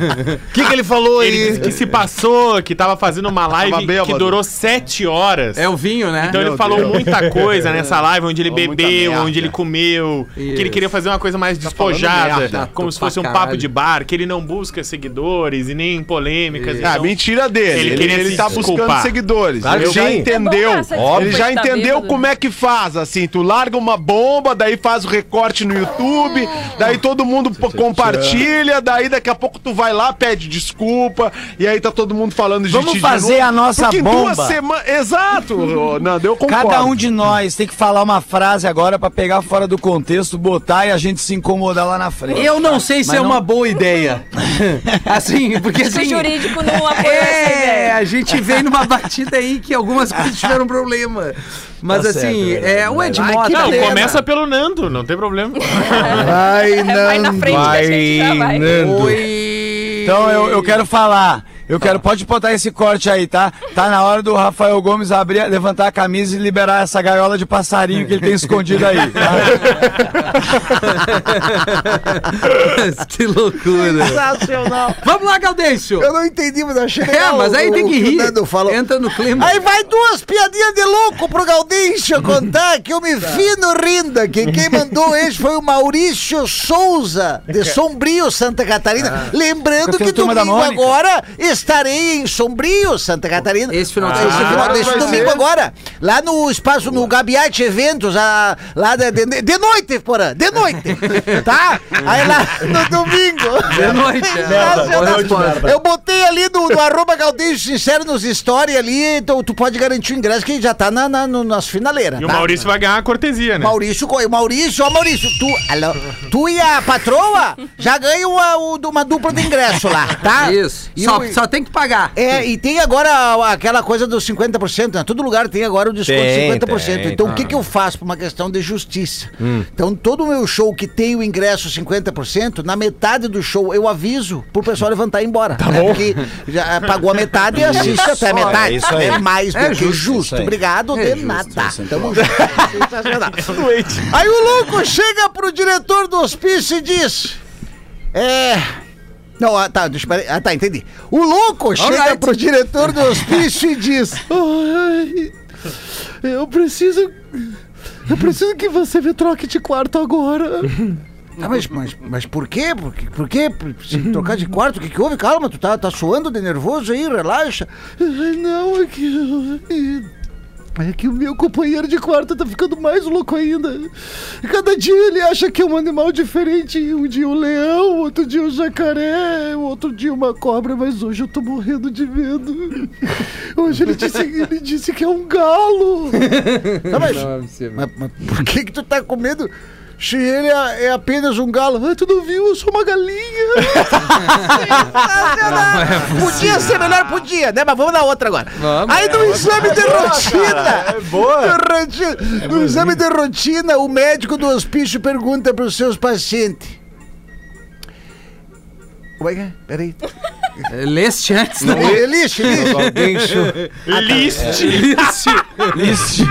O que, que ele falou aí?
Ele disse que se passou, que tava fazendo uma live que
bêbado.
durou sete horas.
É o vinho, né?
Então ele falou muita coisa nessa live, onde ele bebeu, onde ele comeu, que ele
Isso. Tá
queria fazer é uma coisa mais
falando
despojada,
merda.
como
Tô
se fosse um
pra
papo
caralho.
de bar, que ele não busca seguidores e nem polêmicas.
Ah,
então-
mentira dele.
Ele
Ele, ele,
queria se
tá buscando
desculpar.
seguidores.
Claro que
ele já
sim.
entendeu.
É bom essa desculpa
ele
de
já
tá
entendeu
bêbado,
como é que faz. Assim, tu larga uma bomba, daí faz o recorte no YouTube, daí todo mundo pô, compartilha, daí daqui a pouco tu vai lá, pede desculpa, e aí tá todo mundo falando de
Vamos
ti de
fazer
novo.
a nossa
Porque em duas
bomba.
semanas. Exato, Nando, eu concordo.
Cada um de nós tem que falar uma frase agora pra pegar fora do contexto, botar e a gente se incomodar lá na frente.
Eu não sei se
Mas
é
não-
uma boa ideia. Assim, porque
Acho que o
assim.
jurídico não apoia essa
É,
ideia.
a gente vem numa batida aí que algumas coisas tiveram problema. Mas
Tá certo,
assim,
verdade,
é, o Ed
Ai,
Mota.
que
Não,
Helena.
começa pelo Nando, não tem problema.
Ai,
É, Vai na frente da gente, já vai.
Oi. Tá.
Então eu, eu quero falar. Eu quero, pode botar esse corte aí, tá? Tá na hora do Rafael Gomes abrir, levantar a camisa e liberar essa gaiola de passarinho que ele tem escondido aí. tá?
que loucura.
Sensacional.
Vamos lá, Gaudêncio.
Eu não entendi, mas achei
É,
legal
mas aí
o-
tem
o
que
o
rir.
Nando falou.
Entra no clima.
Aí vai duas piadinhas de louco pro Gaudêncio contar que eu
Tá.
me vi no Rinda. Que quem mandou esse foi o Maurício
É.
Souza, de Sombrio, Santa Catarina. Lembrando
Ah.
Tem
que
a Turma da
domingo
Mônica.
agora estarei em Sombrio, Santa Catarina. Ah,
Esse final de
Esse
semana.
final- esse
vai
domingo
ser.
agora. Lá no espaço, no Gabiate Eventos, a- lá de, de- de noite, porã, de noite. tá? Aí lá no domingo.
De noite.
Lá,
Merda, boa
eu-
noite, merda.
eu botei ali do, do arroba Galdeixo Sincero nos stories ali, então tu pode garantir o ingresso que já tá na, na, no, nas finaleiras.
E o
tá?
Maurício vai ganhar a cortesia, né?
Maurício, co- Maurício, ó Maurício, tu, alô, tu e a patroa já ganham a- o- uma dupla de ingresso lá, tá?
Isso.
E
Só,
o-
só tem que pagar.
é, e tem agora a- aquela coisa dos 50%, né? Todo lugar tem agora o desconto de 50%. então, o que, que eu faço por uma questão de justiça?
Hum.
Então, todo o meu show que tem o ingresso 50%, na metade do show eu aviso pro pessoal levantar e ir embora. Tá bom. Porque já eh, pagou a metade e assiste até a metade. É,
isso aí.
mais do
É
que
justo,
justo.
isso aí.
Obrigado
É
de
justo,
nada.
isso aí.
Tamo junto. Sensacional. Aí o louco chega pro diretor do hospício e diz: É. Não, ah, tá, deixa, eu pare- ah, tá, entendi. O louco chega
Alright.
pro diretor do hospício e diz:
Ah, Eu preciso. Eu preciso que você me troque de quarto agora.
"Ah, mas, mas, mas por quê? Por quê? Por quê? Por- Se trocar de quarto, o que, que houve? Calma, tu tá, tá suando de nervoso aí, relaxa.
Não, é que. É que o meu companheiro de quarto tá ficando mais louco ainda. Cada dia ele acha que é um animal diferente. Um dia um leão, outro dia um jacaré, outro dia uma cobra, mas hoje eu tô morrendo de medo. Hoje ele disse, ele disse que é um galo.
Tá, mas,
é
mas- mas por que, que tu tá com medo? Se ele é, é apenas um galo. Ah, tu não viu? Eu sou uma galinha. podia ser melhor, podia, né? Mas vamos É, na outra agora.
Vamos.
Aí no exame de rotina. É boa. É no exame de rotina, o médico do hospício pergunta para os seus pacientes. Como é que é? Peraí.
Leste antes, né?
É, Elixir, elixir. Ah, tá.
List!
Leste.
Liste.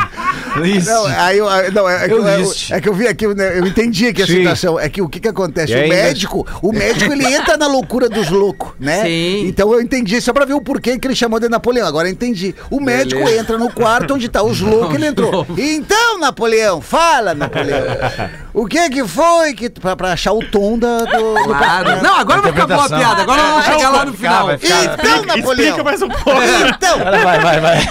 Liste.
É. Não, aí eu, aí- não, é, é que,
Eu
eu-
disse.
é que eu vi aqui, né, eu entendi aqui a situação. É que o que que acontece? o médico, o médico ele entra na loucura dos loucos, né?
Sim.
Então eu entendi, só pra ver o porquê que ele chamou de Napoleão. Agora eu entendi. O médico
Beleza.
entra no quarto onde tá os loucos, ele entrou. Então, Napoleão, fala, Napoleão. O que que foi que, tu- pra, pra achar o tom da, do, do
Claro. Não, agora vai ficar boa a piada. Agora nós vamos chegar lá no final.
Então,
Explica
Napoleão.
mais um pouco.
Então,
Cara, vai, vai, vai.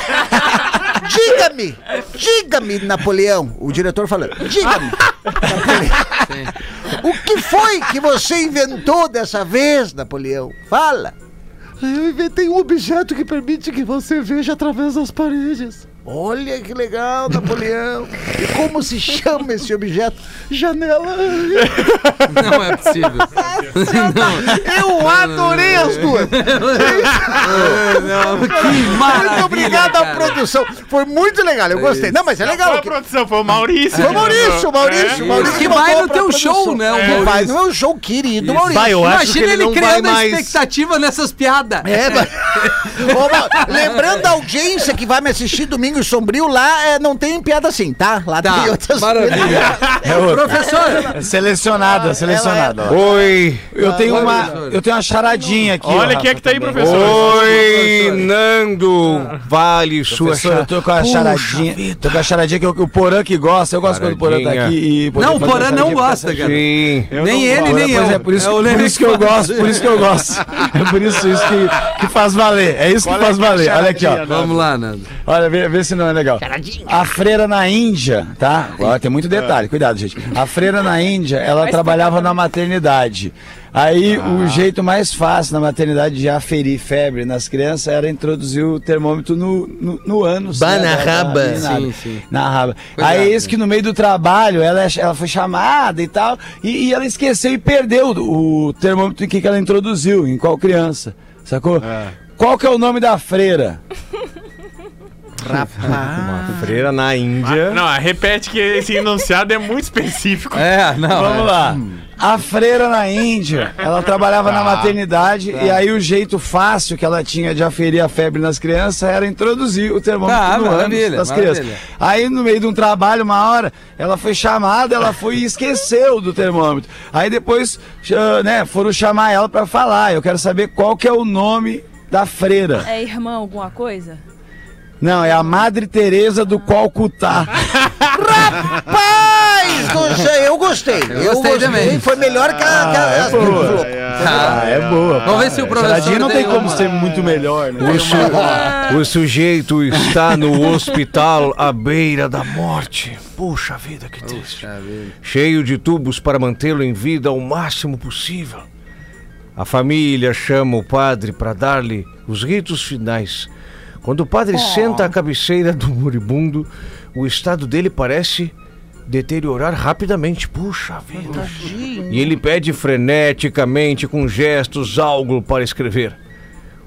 Diga-me! Diga-me, Napoleão! O diretor falando. Diga-me! Napoleão. o que foi que você inventou dessa vez, Napoleão? Fala!
Eu inventei um objeto que permite que você veja através das paredes.
Olha que legal, Napoleão! E como se chama esse objeto?
Janela.
Não é possível.
Eu adorei as duas!
Não, que maravilha.
Muito obrigado à
cara.
produção! Foi muito legal, eu gostei. Não, mas é
Não foi
legal.
a produção, foi o Maurício.
Foi o Maurício, o Maurício, o Maurício
É. Que vai
mandou
no
pra
teu
produção.
show, né, o
Que vai
Maurício.
no meu show, querido Maurício.
Vai, eu acho
Imagina
que ele
ele,
não vai
criando a
mais.
expectativa nessas piadas.
É, mas... Ô, Mauro, lembrando a audiência que vai me assistir domingo em sombrio, lá é, não tem piada assim, tá? Lá
Tá,
tem outras
maravilha. Professor,
É Selecionada, selecionada. ó.
Oi.
Eu tenho uma, eu tenho uma charadinha aqui.
Olha
ó,
quem é que tá aí,
também.
professor.
Oi, Nando. Vale sua
Professor, eu tô com a charadinha. Tô com a charadinha que eu- o Porã que gosta. Eu gosto quando o Porã tá
Charadinha.
aqui e. poder
Não, o
fazer
Porã
uma
não
charadinha pra
gosta,
essa
cara.
Sim.
nem ele, nem eu.
Pois é, por isso,
É o
por
Leme
isso que eu
fala.
gosto, por isso que eu gosto. É por isso, isso que, que faz valer. É isso que faz valer. Olha aqui, ó.
Vamos lá, Nando.
Olha, vê, vê se não é legal. A freira na Índia, tá? Agora tem muito detalhe, cuidado, gente. A freira na Índia, ela trabalhava na maternidade. Aí o jeito mais fácil na maternidade de aferir febre nas crianças era introduzir o termômetro no, no, no ânus.
Bah,
Da-
na
da-
raba.
da- na-
Sim, sim.
Na raba.
Cuidado,
Aí, eis
né?
que no meio do trabalho, ela, é, ela foi chamada e tal, e, e ela esqueceu e perdeu o, o termômetro em que, que ela introduziu, em qual criança, sacou? Qual que é o nome da freira?
Freira na Índia.
Não, repete que esse enunciado é muito específico.
É, não.
Vamos lá. A freira na Índia, ela trabalhava
Ah,
na maternidade
tá.
e aí o jeito fácil que ela tinha de aferir a febre nas crianças era introduzir o termômetro
Ah,
no ânus
maravilha,
das
maravilha.
crianças. Aí no meio de um trabalho, uma hora, ela foi chamada, ela foi e esqueceu do termômetro. Aí depois, ah, né, foram chamar ela pra falar. Eu quero saber qual que é o nome da freira.
É irmã alguma coisa?
Não, é a Madre Teresa do Calcutá.
Mas, não sei, eu gostei. Ah, é Eu,
gostei também.
Foi melhor que a. que a- a-
Ah,
é boa.
Vamos ver se o professor. tá-
Saradinho não tem
deu
como
uma-
ser muito melhor, né?
O, su- o sujeito está no hospital à beira da morte. Puxa vida, que triste. Cheio de tubos para mantê-lo em vida o máximo possível. A família chama o padre para dar-lhe os ritos finais. Quando o padre senta à cabeceira do moribundo, o estado dele parece deteriorar rapidamente. Puxa vida. E ele pede freneticamente, com gestos, algo para escrever.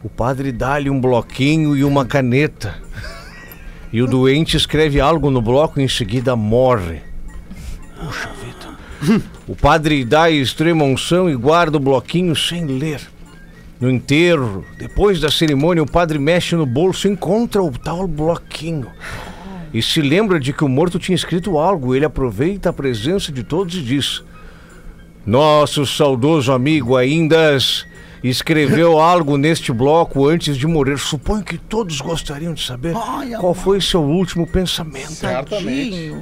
O padre dá-lhe um bloquinho e uma caneta. E o doente escreve algo no bloco e em seguida morre. Puxa vida. O padre dá a extrema unção e guarda o bloquinho sem ler. No enterro, depois da cerimônia, o padre mexe no bolso e encontra o tal bloquinho. E se lembra de que o morto tinha escrito algo. Ele aproveita a presença de todos e diz: nosso saudoso amigo Aindas escreveu algo neste bloco antes de morrer. Suponho que todos gostariam de saber qual foi seu último pensamento.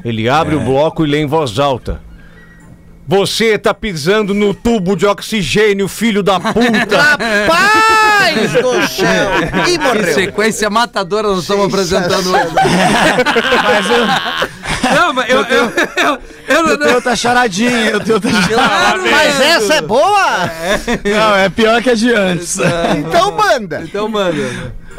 Ele abre
É.
o bloco e lê em voz alta. Você tá pisando no tubo de oxigênio, filho da puta!
Rapaz do céu! E
Que
morreu.
sequência matadora nós estamos apresentando hoje. Não, mas eu. Eu, eu, eu não-
O teu tá charadinho, o teu tá
Claro,
Ah, Mas essa é boa?
Não, é pior que a de antes.
Então manda.
Então, mano.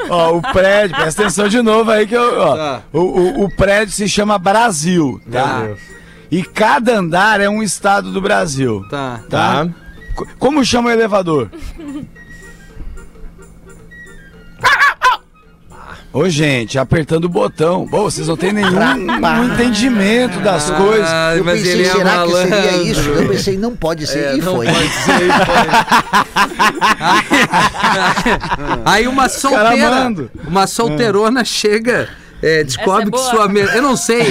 Ó, o prédio, presta atenção de novo aí que eu. Ó,
Tá.
o, o, o prédio se chama Brasil, tá? E cada andar é um estado do Brasil.
Tá.
Tá? Co- Como chama o elevador? Ô, gente, apertando o botão. Bom, vocês não têm nenhum nenhum entendimento das coisas.
Ah,
Eu
mas
pensei,
ele é
será que seria
malandro.
isso? Eu pensei, não pode ser.
É,
e
não
foi.
pode ser, e foi. Aí uma solteira,
amando.
uma solteirona chega, é, descobre
Essa é
que
boa.
sua me... eu não sei,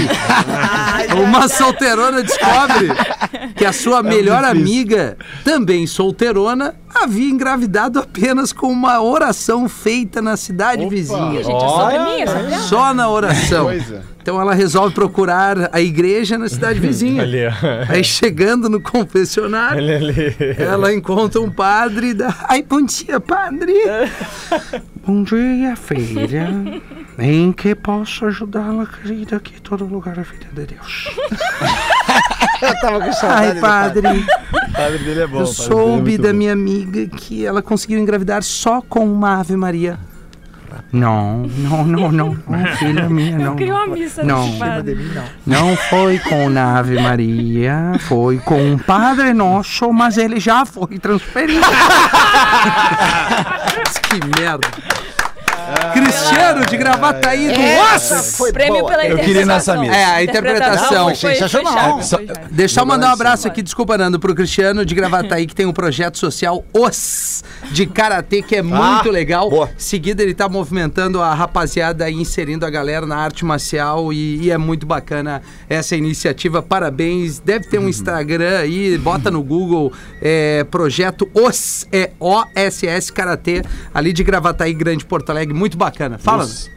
uma solteirona descobre que a sua melhor amiga, também solteirona, havia engravidado apenas com uma oração feita na cidade vizinha.
Ih, gente, é sobre mim essa piada?
Só na oração. Então ela resolve procurar a igreja na cidade vizinha. Aí chegando no confessionário, ela encontra um padre e dá. Ai, bom dia, padre! bom dia, filha. Em que posso ajudá-la, querida? Que todo lugar é filha de Deus.
Eu tava com saudade.
Ai,
do padre.
padre,
tá,
padre dele é bom.
eu soube da minha amiga que ela conseguiu engravidar só com uma Ave Maria. Não, não, não, não, não filha minha, não.
Criou uma missa
Não.
nesse padre.
Não foi com a Ave Maria, foi com o Padre Nosso, mas ele já foi transferido. que merda. Cristiano de Gravataí do
Essa foi
Prêmio
boa.
pela
Eu
interpretação.
queria ir nessa missa.
É, a interpretação.
foi- foi
Sensacional.
chave,
Só-
foi chave.
Deixa eu mandar um abraço aqui, desculpa, Nando, pro Cristiano de Gravataí, que tem um projeto social OS de Karatê,
Ah,
que é muito legal.
boa.
Seguida, ele tá movimentando a rapaziada e inserindo a galera na arte marcial e, e é muito bacana essa iniciativa. Parabéns. Deve ter
Uhum.
um Instagram aí, bota no Google é, projeto OS, é O-S-S Karatê, ali de Gravataí, Grande Porto Alegre. Muito bacana. Fala.
Os-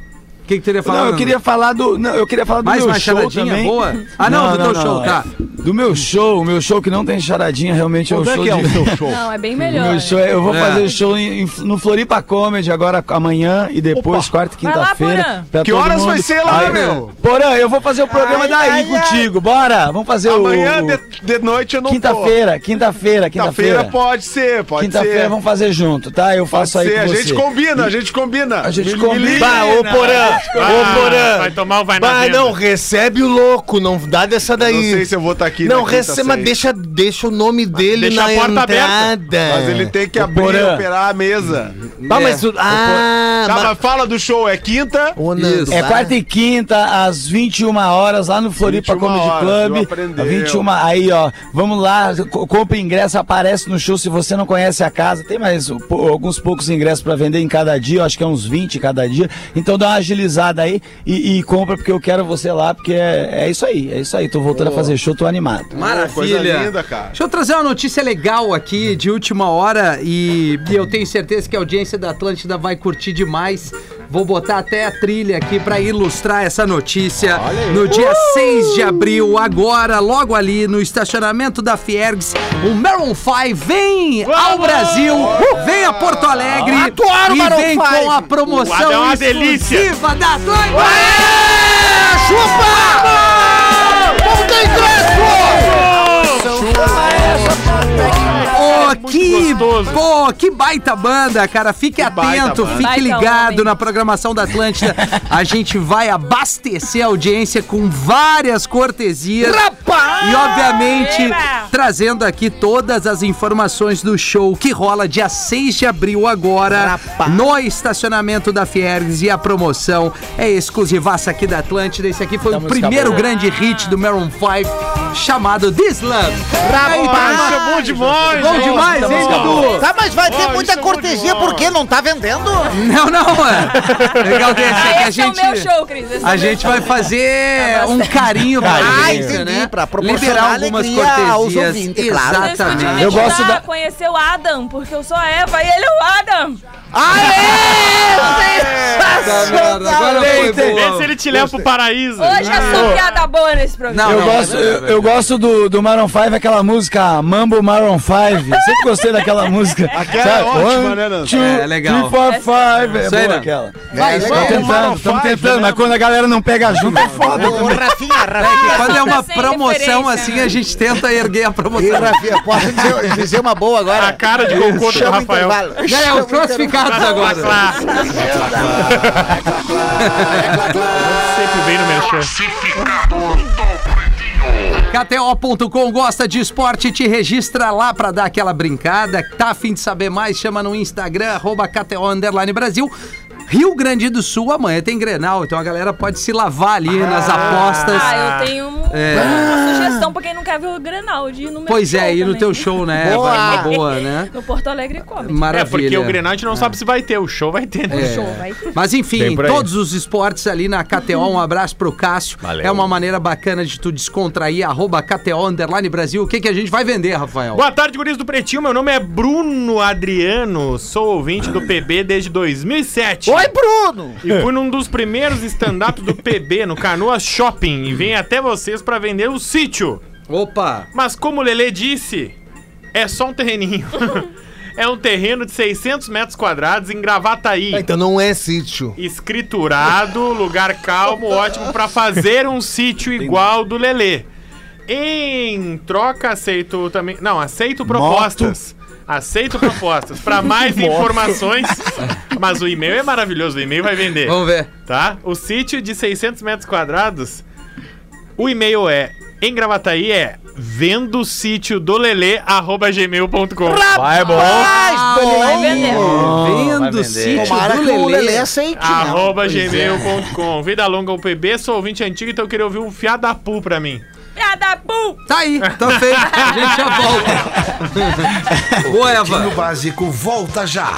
O que, que teria falado?
Não, eu queria falar do. Não, eu queria falar do
Mais
meu
uma
show
charadinha
também.
boa? Ah, não, do teu show,
é.
tá.
Do meu show, o meu show que não tem charadinha, realmente
Como
é um
é
show
que é
de-
o seu show?
Não, é bem
O
melhor.
meu show é- eu vou
É.
fazer o show em- em- no Floripa Comedy agora amanhã e depois quarta e
Vai lá,
quinta-feira.
Porã.
pra
Que
todo
horas
mundo.
vai ser lá,
Aí,
meu?
Porã, eu vou fazer o programa daí contigo. Bora, vamos fazer
Amanhã
o
de, de noite eu não vou.
quinta-feira,
Quinta-feira
quinta-feira, quinta-feira.
pode ser, pode
Quinta-feira
ser.
vamos fazer junto, tá? Eu
Pode
faço aí
ser,
com
a
você.
gente combina, a gente combina.
A gente
Me
combina.
liga.
Bah, ô Porã!
Ah,
Ô Porã!
vai tomar o vai na
Bah,
venda.
não, recebe o louco, não dá dessa daí.
Não sei se eu vou estar aqui. na
Não,
quinta
receba,
série.
deixa, deixa o nome dele
deixa
na
a porta
entrada.
aberta.
Mas ele tem que
Ô,
abrir e
Porã. Tá,
operar a mesa. É.
Bah, mas... o- Ah,
Tá,
mas-
mas fala do show, é quinta.
Ô, Nando,
Isso.
É
bah.
quarta e quinta, às 21 horas, lá no Floripa
21
Comedy
horas, eu
Club.
aprendeu.
21, aí, ó. Vamos lá, co- compre ingresso, aparece no show se você não conhece a casa. Tem mais um po- alguns poucos ingressos pra vender em cada dia, eu acho que é uns 20 cada dia. Então dá uma agilizada aí e, e compra, porque eu quero você lá, porque é, é isso aí, é isso aí. Tô voltando a fazer show, tô animado.
Maravilha.
Coisa linda, cara.
Deixa eu trazer uma notícia legal aqui de última hora e, e eu tenho certeza que a audiência da Atlântida vai curtir demais. Vou botar até a trilha aqui pra ilustrar essa notícia. No dia 6 de abril, agora, logo ali no estacionamento da Fiergs, o Maroon 5 vem ao Brasil, vem a Porto Alegre
Atuaram,
e
Maroon
vem
five.
com a
Uau, é
promoção
uma delícia.
exclusiva da Atlântica. Ô, que,
É gostoso.
pô, que baita banda, cara. Fique
baita
atento,
banda.
fique
Baita
ligado
homem.
na programação da Atlântida. A gente vai abastecer a audiência com várias cortesias. E, obviamente,
Eba!
trazendo aqui todas as informações do show que rola dia 6 de abril agora no estacionamento da Fiergs. E a promoção é exclusivaça aqui da Atlântida. Esse aqui foi o primeiro grande hit do Maroon 5, chamado This Love.
Isso é bom demais!
Bom demais, hein, Dudu?
Tá, mas vai ter
Ó,
muita
isso é
cortesia,
muito bom.
por quê? Não tá vendendo?
Não, não, mano. Legal desse é que
Ah,
a
esse é o
gente.
meu show, Cris. esse é o
A
meu
gente
show.
vai fazer
Tá
um
bastante.
carinho pra
Ah,
audiência,
entendi,
né?
pra proporcionar
Liberar algumas
alegria
cortesias.
aos ouvintes, claro.
Vocês podiam
Exatamente.
me
Eu gosto
ajudar a
da-
conhecer o Adam, porque eu sou a Eva e ele é o Adam.
Agora foi
Vê se
boa.
ele te leva pro paraíso.
Hoje é só piada boa nesse programa.
Não,
Eu
não,
gosto, eu, eu gosto do, do Maroon 5, aquela música Mambo Maroon 5. Sempre gostei daquela música. Aquela
é ótima, né, Nando?
two,
É,
three,
legal.
four, five. É
Isso
boa
aí, Nando.
aquela.
Vai,
Estamos tentando, estamos tentando, mas quando a galera não pega junto é foda.
Ô, Rafinha, Rafinha.
Quando é uma
Sem
promoção
referência.
assim, a gente tenta erguer a
Ih,
promoção.
Rafinha, posso dizer, dizer uma boa agora?
A cara de cocô do
Chama o
Rafael.
intervalo.
É,
Chama o
os classificados agora.
É
Sempre vem no merchan.
KTO.com gosta de esporte, te registra lá pra dar aquela brincada. Tá afim de saber mais? Chama no Instagram, arroba KTO Underline Brasil. Rio Grande do Sul, amanhã tem Grenal, então a galera pode se lavar ali nas apostas.
Ah, eu tenho um-
É.
uma sugestão pra quem não quer ver o Grenal, de ir no meu
Pois
show
é, e no
também.
teu show, né? Vai uma boa, né?
No Porto Alegre Comedy.
Maravilha.
É, porque o Grenal a gente não sabe se vai ter, o show vai ter. né?
É.
Show, vai ter.
Mas enfim,
Tem por aí.
todos os esportes ali na KTO, um abraço pro Cássio. É uma maneira bacana de tu descontrair, arroba KTO Underline Brasil. O que, que a gente vai vender, Rafael?
Boa tarde, guris do Pretinho. Meu nome é Bruno Adriano, sou ouvinte do PB desde 2007.
Oi, Bruno!
E fui num dos primeiros stand-up do PB no Canoas Shopping e vim até vocês pra vender o sítio.
Opa!
Mas como o Lelê disse, é só um terreninho. é um terreno de 600 metros quadrados em Gravataí.
Então não é sítio.
Escriturado, lugar calmo, ótimo pra fazer um sítio igual do Lelê. Em troca, aceito também. Não, aceito propostas. Aceito propostas. Pra mais informações. Mas o e-mail é maravilhoso, o e-mail vai vender.
Vamos ver.
Tá? O sítio de 600 metros quadrados. O e-mail é. Em Gravataí é vendo o sítio do Lelê, arroba gmail.com.
Vai, bom.
Mas,
Vai vender.
Vendo o sítio
Tomara
do
que o Lelê
Lelê.
aceite, né?
Arroba
é.
gmail.com. Vida longa UPB, sou ouvinte antigo, então eu queria ouvir um fiadapu pra mim.
Piada pum!
Tá aí, tá feito. A gente já volta. Boa, Eva.
Básico volta já.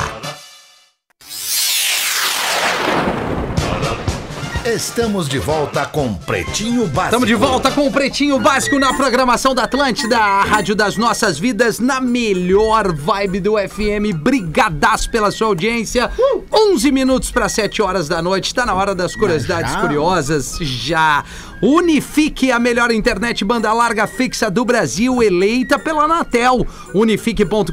Estamos de volta com Pretinho Básico.
Estamos de volta com o Pretinho Básico na programação da Atlântida, a rádio das nossas vidas, na melhor vibe do FM. Brigadaço pela sua audiência.
Uh!
11 minutos para 7 horas da noite, tá na hora das curiosidades
Ah,
curiosas já. Unifique, a melhor internet banda larga fixa do Brasil, eleita pela Anatel. Unifique.com.br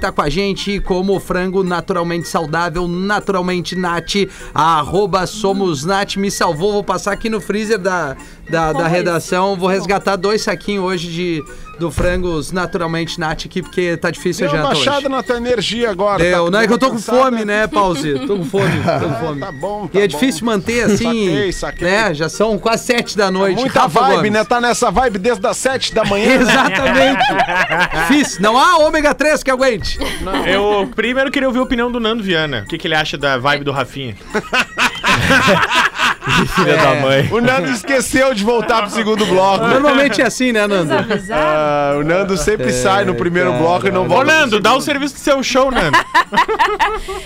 tá com a gente, como frango naturalmente saudável, naturalmente nat, arroba somos nat, me salvou, vou passar aqui no freezer da, da, da
Como
redação,
isso?
vou resgatar dois saquinhos hoje de, do frangos naturalmente nat aqui, porque tá difícil a
Deu uma
janta hoje.
baixada na tua energia agora.
Deu,
tá
não é que eu tô com
cansada?
fome, né, Pause? Tô com fome, tô com fome.
tá bom, tá
e é
bom.
difícil manter assim,
Saquei, saquei.
né? Já são quase sete da noite.
Muita
Rafa
vibe,
Gomes.
né? Tá nessa vibe desde as 7 da manhã. né?
Exatamente. Fiz. Não há ômega 3 que é aguente.
Eu primeiro queria ouvir a opinião do Nando Viana. O que, que ele acha da vibe do Rafinha? Filha da
É.
mãe.
o Nando esqueceu de voltar pro segundo bloco.
Normalmente é assim, né, Nando?
Desavisado.
Ah, o Nando sempre sai no primeiro bloco e não
É, Ô,
volta.
Nando, dá o serviço do seu show, né? Nando.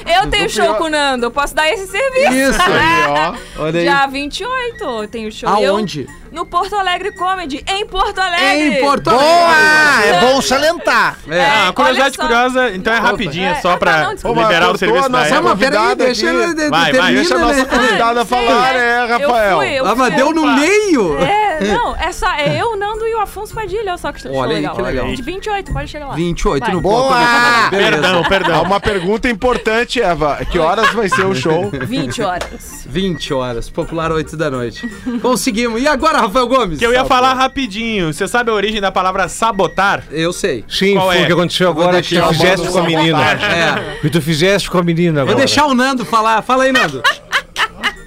Eu tenho show com o Nando, eu posso dar esse serviço.
Isso aí, Olha aí.
Dia 28 eu tenho show.
Aonde?
Eu, no Porto Alegre Comedy, em Porto Alegre.
Em Porto Alegre.
Ah, é bom salientar.
É, ah, uma
olha
curiosidade
só.
curiosa, então é rapidinha,
É,
só
ah,
pra
tá, não, desculpa.
liberar o
Cortou a
serviço da
nossa
Eva.
mas peraí,
convidada
É deixa,
aqui.
ele- de-
Vai, vai,
termina,
Deixa a nossa
né?
convidada
Ah,
falar,
sei,
é,
eu
Rafael.
fui, eu
Ah, mas
fui,
deu
eu
no
fui.
meio.
É, não, é só é eu, Nando e o Afonso Padilha, só que show
Olha aí, que legal.
De 28, pode chegar lá.
28
Vai.
no
Boa!
ponto. né? Beleza.
Perdão,
Há
perdão.
uma pergunta importante, Eva. Que horas vai ser o show?
20 horas.
20 horas, popular 8 da noite. Conseguimos. E agora, Rafael Gomes?
Que eu ia
Tá
falar
bom.
rapidinho. Você sabe a origem da palavra sabotar?
Eu sei.
Sim,
Qual
foi
é?
o que aconteceu agora que
deixar
tu
a
fizeste
bola
com a
no
menina.
É.
Que tu fizeste com a menina agora.
Vou deixar o Nando falar. Fala aí, Nando.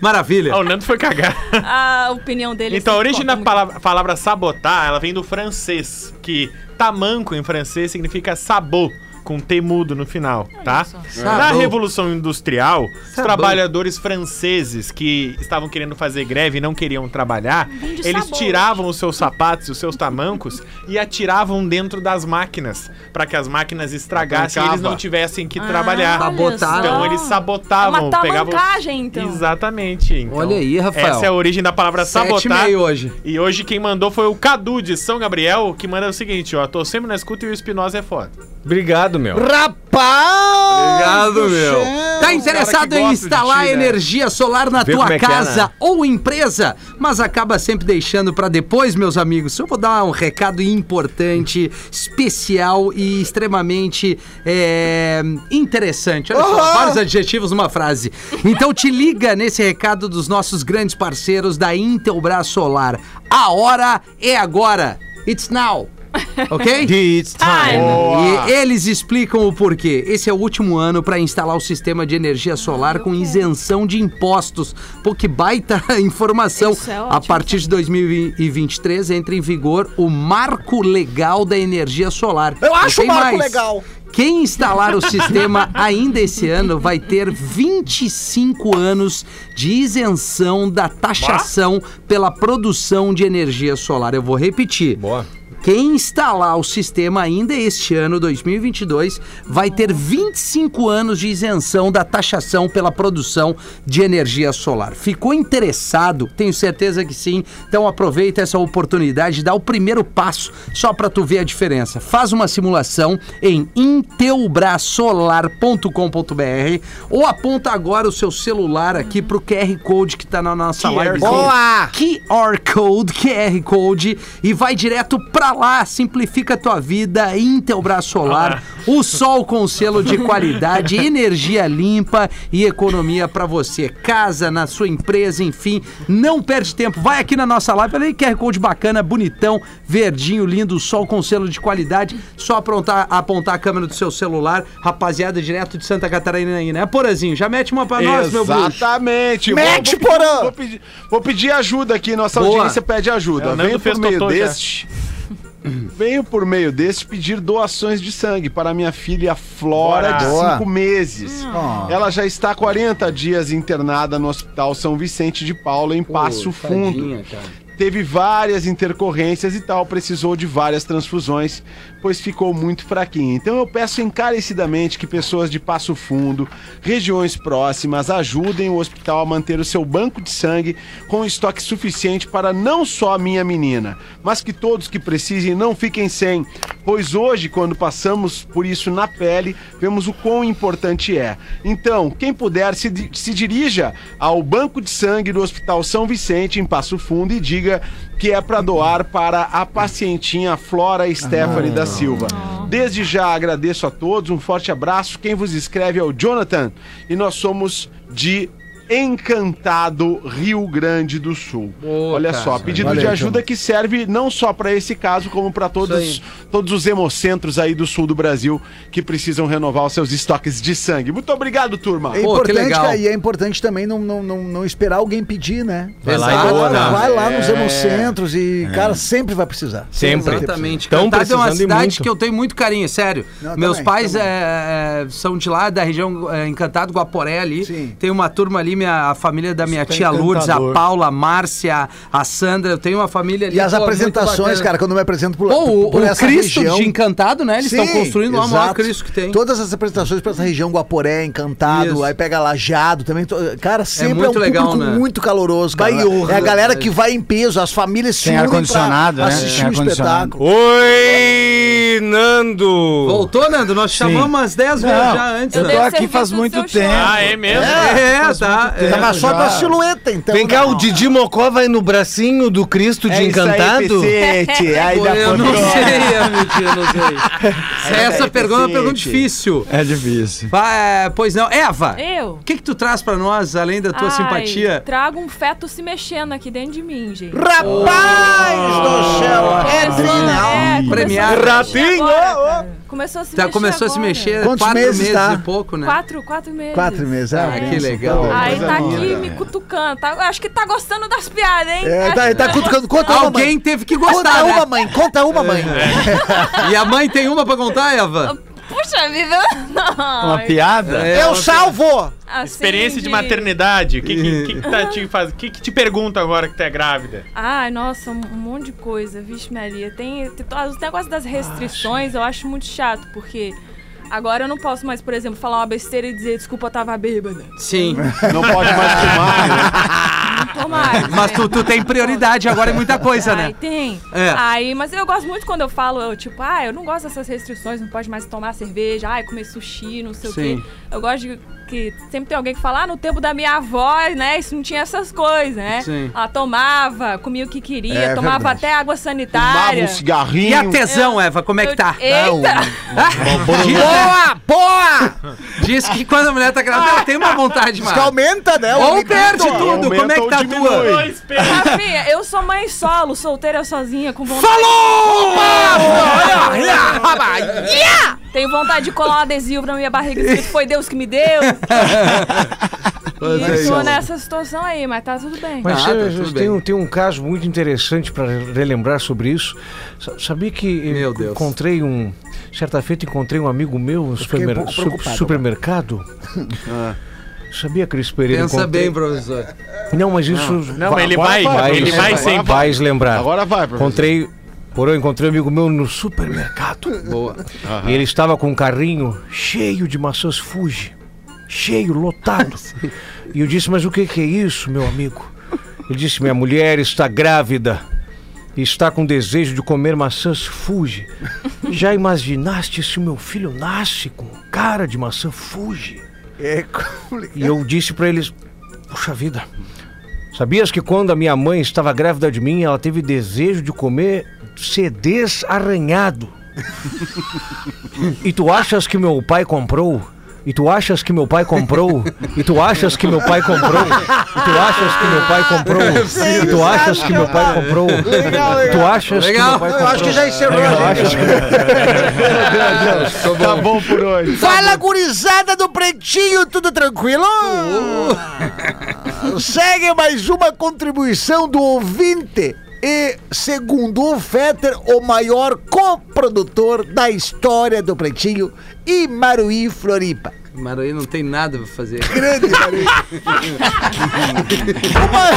Maravilha.
Ah, o Nando foi cagar.
A opinião dele é
Então, a
sempre
origem
conta
da
muito.
palavra, palavra sabotar, ela vem do francês, que tamanco em francês significa sabot, com T mudo no final, tá?
só.
Na
Sabot.
Revolução Industrial, os
Sabot.
trabalhadores franceses que estavam querendo fazer greve e não queriam trabalhar,
Vem de
eles
sabor.
tiravam os seus sapatos e os seus tamancos e atiravam dentro das máquinas, para que as máquinas estragassem e eles não tivessem que trabalhar.
Ah, olha só.
Então, eles sabotavam,
É uma
pegavam...
tamancagem, então.
Exatamente. então.
Olha aí, Rafael.
Essa é a origem da palavra
Sete e
sabotar.
meio hoje.
E hoje quem mandou foi o Cadu de São Gabriel, que manda o seguinte, ó. Tô sempre na escuta e o Espinosa é foda.
Obrigado, meu.
Ah!
Rapaz!
Obrigado,
do
meu.
céu.
Tá interessado em instalar energia solar na
Vê
tua
como é que é,
casa
né?
ou empresa, mas acaba sempre deixando pra depois, meus amigos? Eu vou dar um recado importante, especial e extremamente é, interessante. Olha só, vários adjetivos numa frase. Então te liga nesse recado dos nossos grandes parceiros da Intelbras Solar. A hora é agora. It's now. Ok? It's
time.
E eles explicam o porquê. Esse é o último ano para instalar o sistema de energia solar com isenção de impostos. Pô, que baita informação.
Isso é
A
ótimo.
partir de 2023 entra em vigor o marco legal da energia solar.
Eu acho
E tem
o marco legal.
Quem instalar o sistema ainda esse ano vai ter 25 anos de isenção da taxação pela produção de energia solar. Eu vou repetir.
Boa.
Quem instalar o sistema ainda este ano, 2022, vai ter 25 anos de isenção da taxação pela produção de energia solar. Ficou interessado? Tenho certeza que sim. Então aproveita essa oportunidade, dá o primeiro passo só para tu ver a diferença. Faz uma simulação em inteubrasolar.com.br ou aponta agora o seu celular aqui pro QR Code que tá na nossa live.
Boa!
QR Code, QR Code, e vai direto pra lá, simplifica a tua vida, Intelbras Solar, o sol com selo de qualidade, energia limpa e economia pra você, casa, na sua empresa, enfim, não perde tempo, vai aqui na nossa live, olha aí, QR Code bacana, bonitão, verdinho, lindo, sol com selo de qualidade, só aprontar, apontar a câmera do seu celular, rapaziada, direto de Santa Catarina aí, né, Porazinho, já mete uma pra nós, meu bruxo.
Exatamente.
Mete,
vou, vou,
Porã!
pedir- vou pedir, vou pedir ajuda aqui, nossa
Boa.
audiência pede ajuda.
É, o Nando
Venho
fez
por meio
totô já.
deste. Venho por meio deste pedir doações de sangue para minha filha Flora,
Bora.
de
Boa.
5 meses. Ela já está há 40 dias internada no Hospital São Vicente de Paula, em Passo Fundo teve várias intercorrências e tal, precisou de várias transfusões, pois ficou muito fraquinho. Então eu peço encarecidamente que pessoas de Passo Fundo, regiões próximas, ajudem o hospital a manter o seu banco de sangue com estoque suficiente para não só a minha menina, mas que todos que precisem não fiquem sem, pois hoje, quando passamos por isso na pele, vemos o quão importante é. Então, quem puder, se, di- se dirija ao Banco de Sangue do Hospital São Vicente, em Passo Fundo, e diga que é para doar para a pacientinha Flora Stephanie da Silva. Desde já agradeço a todos, um forte abraço. Quem vos escreve é o Jonathan e nós somos de. Encantado Rio Grande do Sul. Olha só, pedido de ajuda que serve não só para esse caso, como para todos, todos os hemocentros aí do sul do Brasil que precisam renovar os seus estoques de sangue. Muito obrigado, turma.
É
Pô, que
importante,
legal.
cara, e é importante também não, não, não, não esperar alguém pedir, né?
Vai lá e
Vai
doa,
lá,
né?
vai
É.
lá nos hemocentros e, cara, sempre vai precisar.
Sempre.
Exatamente.
Tão
Cantada é uma
precisando e
cidade
muito.
que eu tenho muito carinho, sério.
Não,
Meus
também,
pais
também.
eh, são de lá, da região eh, Encantado, Guaporé ali.
Sim.
Tem uma turma ali, minha, a família da minha
Isso é
tia Lourdes, a
encantador.
Paula, a Márcia, a Sandra. Eu tenho uma família ali.
E as
pô, muito
apresentações,
bacana.
cara, quando eu me apresento por,
Pô, o,
por, por
o
essa
Cristo
região...
de Encantado, né? Eles estão
Sim,
construindo lá o maior
exato.
Cristo que tem.
Todas as apresentações pra essa região, Guaporé, Encantado,
Isso.
aí pega Lajado também. to- Cara, sempre é,
muito
um
legal,
público
né?
muito caloroso, cara.
Baiorra,
é a galera
né?
que vai em peso, as famílias se
Tem
unem pra
ar-condicionado, né?
assistir um
Tem
o
ar-condicionado.
espetáculo.
Oi!
Nando!
Voltou, Nando? Nós chamamos umas 10 vezes
Não,
já antes. né?
eu tô
dei
aqui
serviço
faz
do
muito
seu
tempo.
Ah, é mesmo?
É, tá. é.
Tava só
já.
da silhueta, então.
Vem cá,
não.
o Didi Mocó vai no bracinho do Cristo de Encantado?
Aí, aí
Pô, eu não sei, Hamilton, eu não sei. Essa pergunta é uma pergunta difícil.
É difícil.
Vai, é, pois não. Eva,
Eu?
o que, que tu traz pra nós, além da tua
Ai,
simpatia?
Trago um feto se mexendo aqui dentro de mim, gente.
Oh.
Rapaz do céu! É trinal.
né? começou
Premiado.
a se mexer
Ratinho,
agora, cara. Começou a se
Já
mexer
Tá, começou a se
agora.
mexer
Quantos
quatro meses,
meses tá?
e pouco, né?
Quatro, quatro meses.
Quatro meses, ah,
É.
que legal.
Aí tá aqui me cutucando. tá- acho que tá gostando das piadas, hein?
É,
Acho
tá,
que
tá cutucando. Conta uma, mãe.
Alguém teve que gostar,
Conta
né?
uma, mãe. Conta uma, mãe.
É.
E a mãe tem uma pra contar, Eva?
Puxa vida, não.
Uma piada?
É,
Eu salvo!
Assim,
Experiência de maternidade. O que, que, que, que tá te faz? O que, que te pergunta agora que tu é grávida?
Ai, nossa, um um monte de coisa. Vixe, Maria. Tem, tem to- os negócios
Ah,
das restrições, eu acho muito chato, porque agora eu não posso mais, por exemplo, falar uma besteira e dizer desculpa, eu tava bêbada.
Sim.
Não pode mais fumar.
Não tô mais.
Mas
né?
tu, tu tem prioridade agora em muita coisa,
Ai,
né?
tem.
É.
Aí, mas eu gosto muito quando eu falo, eu, tipo, ah, eu não gosto dessas restrições, não pode mais tomar cerveja, ai, comer sushi, não sei o
Sim.
quê. Eu gosto de que sempre tem alguém que fala, ah, no tempo da minha avó, né, isso não tinha essas coisas, né?
Sim. É
Ela tomava, comia o que queria, tomava até água
Fumava
sanitária.
um cigarrinho.
E a tesão, Eva, como é que tá?
Eita!
Boa, boa! Diz que quando a mulher tá grávida, ela tem uma vontade
Diz que
mais.
aumenta, né?
É. Ou perde tudo,
Aumenta
como é que
ou
tá a
diminui.
tua?
Dois pés.
Rafinha, eu sou mãe solo, solteira sozinha, com vontade. Tenho vontade de colar um adesivo na minha barriga escrito, foi Deus que me deu. E tô nessa situação aí, mas tá tudo bem.
é,
Mas,
Mas
Ah, tá,
eh,
tudo
tem,
bem.
um, tem um caso muito interessante para relembrar sobre isso. Sa- Sabia que eu
Meu Deus.
encontrei um. Certa feita encontrei um amigo meu no
fiquei um
supermer-
pouco
su-
preocupado.
supermercado. Sabia, Cris Pereira?
Ah. Pensa
encontrei-
bem, professor.
Não, mas isso.
Não, mas ele vai, ele vai,
vai,
sempre.
vais lembrar.
Agora vai, professor.
Encontrei. Porém, encontrei um amigo meu no supermercado.
Boa.
E ele estava com um carrinho cheio de maçãs Fuji. Cheio, lotado. e eu disse, mas o que, que é isso, meu amigo? Ele disse, minha mulher está grávida. e Está com desejo de comer maçãs Fuji. Já imaginaste se o meu filho nasce com cara de maçã Fuji?
É complicado.
E eu disse para eles: Puxa vida, sabias que quando a minha mãe estava grávida de mim, ela teve desejo de comer CDs arranhado? e tu achas que meu pai comprou? E tu achas que meu pai comprou? E tu achas que meu pai comprou? E tu achas que meu pai comprou? E tu achas que meu pai comprou? E tu achas que meu pai
Eu acho que já encerrou a gente.
Tá bom por hoje.
Fala, gurizada do Pretinho, tudo tranquilo? Segue mais uma contribuição do ouvinte e, segundo o Fetter, o maior coprodutor da história do Pretinho, Imaruí Floripa.
Maruí não tem nada pra fazer.
Grande Imaruí. Uma-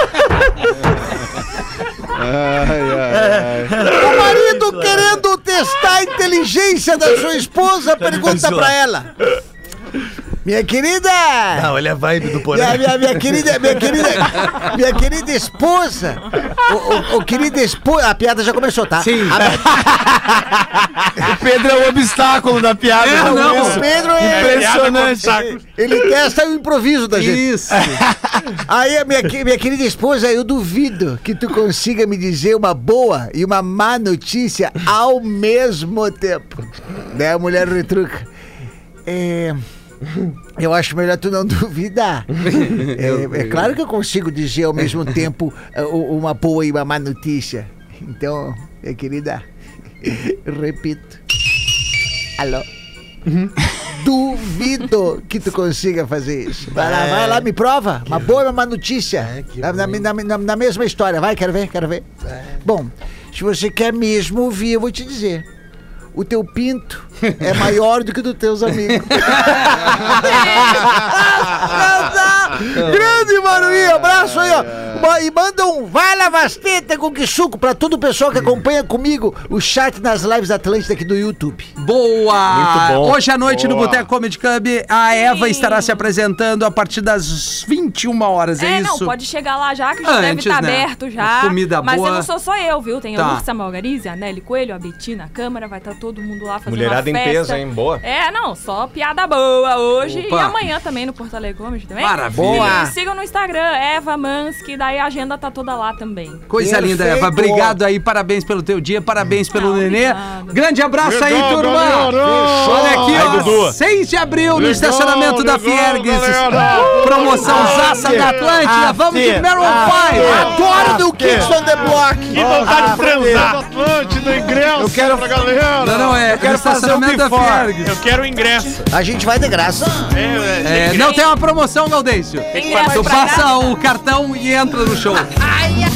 O marido querendo testar a inteligência da sua esposa pergunta pra ela: Minha querida,
Não, olha a vibe do
minha, É, minha, minha querida, minha querida, minha querida esposa, o, o, o querida esposa, a piada já começou, tá?
Sim.
Pedro é o obstáculo da piada. tá
É, não.
O Pedro é,
Impressionante.
ele testa o improviso da gente.
Isso.
Aí, a minha, que- minha querida esposa, eu duvido que tu consiga me dizer uma boa e uma má notícia ao mesmo tempo. Daí a mulher retruca. É, Eu acho melhor tu não duvidar. É, é claro que eu consigo dizer ao mesmo tempo é, u- uma boa e uma má notícia. Então, minha querida, repito. Alô? Uhum. Duvido que tu consiga fazer isso. Vai lá, vai lá, me prova. Uma boa e uma má notícia. na, na- na- na- na mesma história, vai, quero ver, quero ver. Bom, se você quer mesmo ouvir, eu vou te dizer. O teu pinto é maior do que dos teus amigos. Grande Maruí, abraço aí, ó. Ma- E manda um vai lavar as tetas com que suco pra todo o pessoal que acompanha comigo o chat nas lives da Atlântida aqui do YouTube.
Boa!
Muito bom.
Hoje à noite no
Boa.
Boteco Comedy Club, a Eva
Sim.
estará se apresentando a partir das 21 horas, é,
É,
isso?
não, pode chegar lá já, que já deve
Antes,
estar
né?
aberto já.
Comida
Mas
boa.
eu não sou só eu, viu? Tem
Tá.
a Ursa Margarize, a Nelly Coelho, a Betina, a Câmara, vai estar todo mundo lá fazendo uma
Mulherada em
festa.
peso, hein? Boa.
É, não, só piada boa hoje
Opa.
e amanhã também no Porto Alegre Comedy também.
Maravilha.
E sigam no Instagram, Eva Mansky, daí a agenda tá toda lá também.
Coisa linda, Eva. Obrigado aí, parabéns pelo teu dia, parabéns pelo
Ah,
Nenê.
obrigado.
Grande abraço aí,
Legal,
turma!
galera!
Olha aqui,
Aí,
ó,
Dudu.
6 de abril no
Legal,
estacionamento da
legal,
Fiergues.
galera!
Promoção Zaça da Atlântida. Vamos de Meryl Pie.
Adoro ver o Kicks on the Block.
Que vontade de transar! Atlântida, ingresso eu quero... pra galera!
Não, não, é, é no estacionamento da Fiergues.
Eu quero o ingresso.
A gente vai de graça.
É, não tem uma promoção, Gaudêncio.
Tem ingresso
Tu
pra
passa
graça.
o cartão e entra no show.
Ai, ai.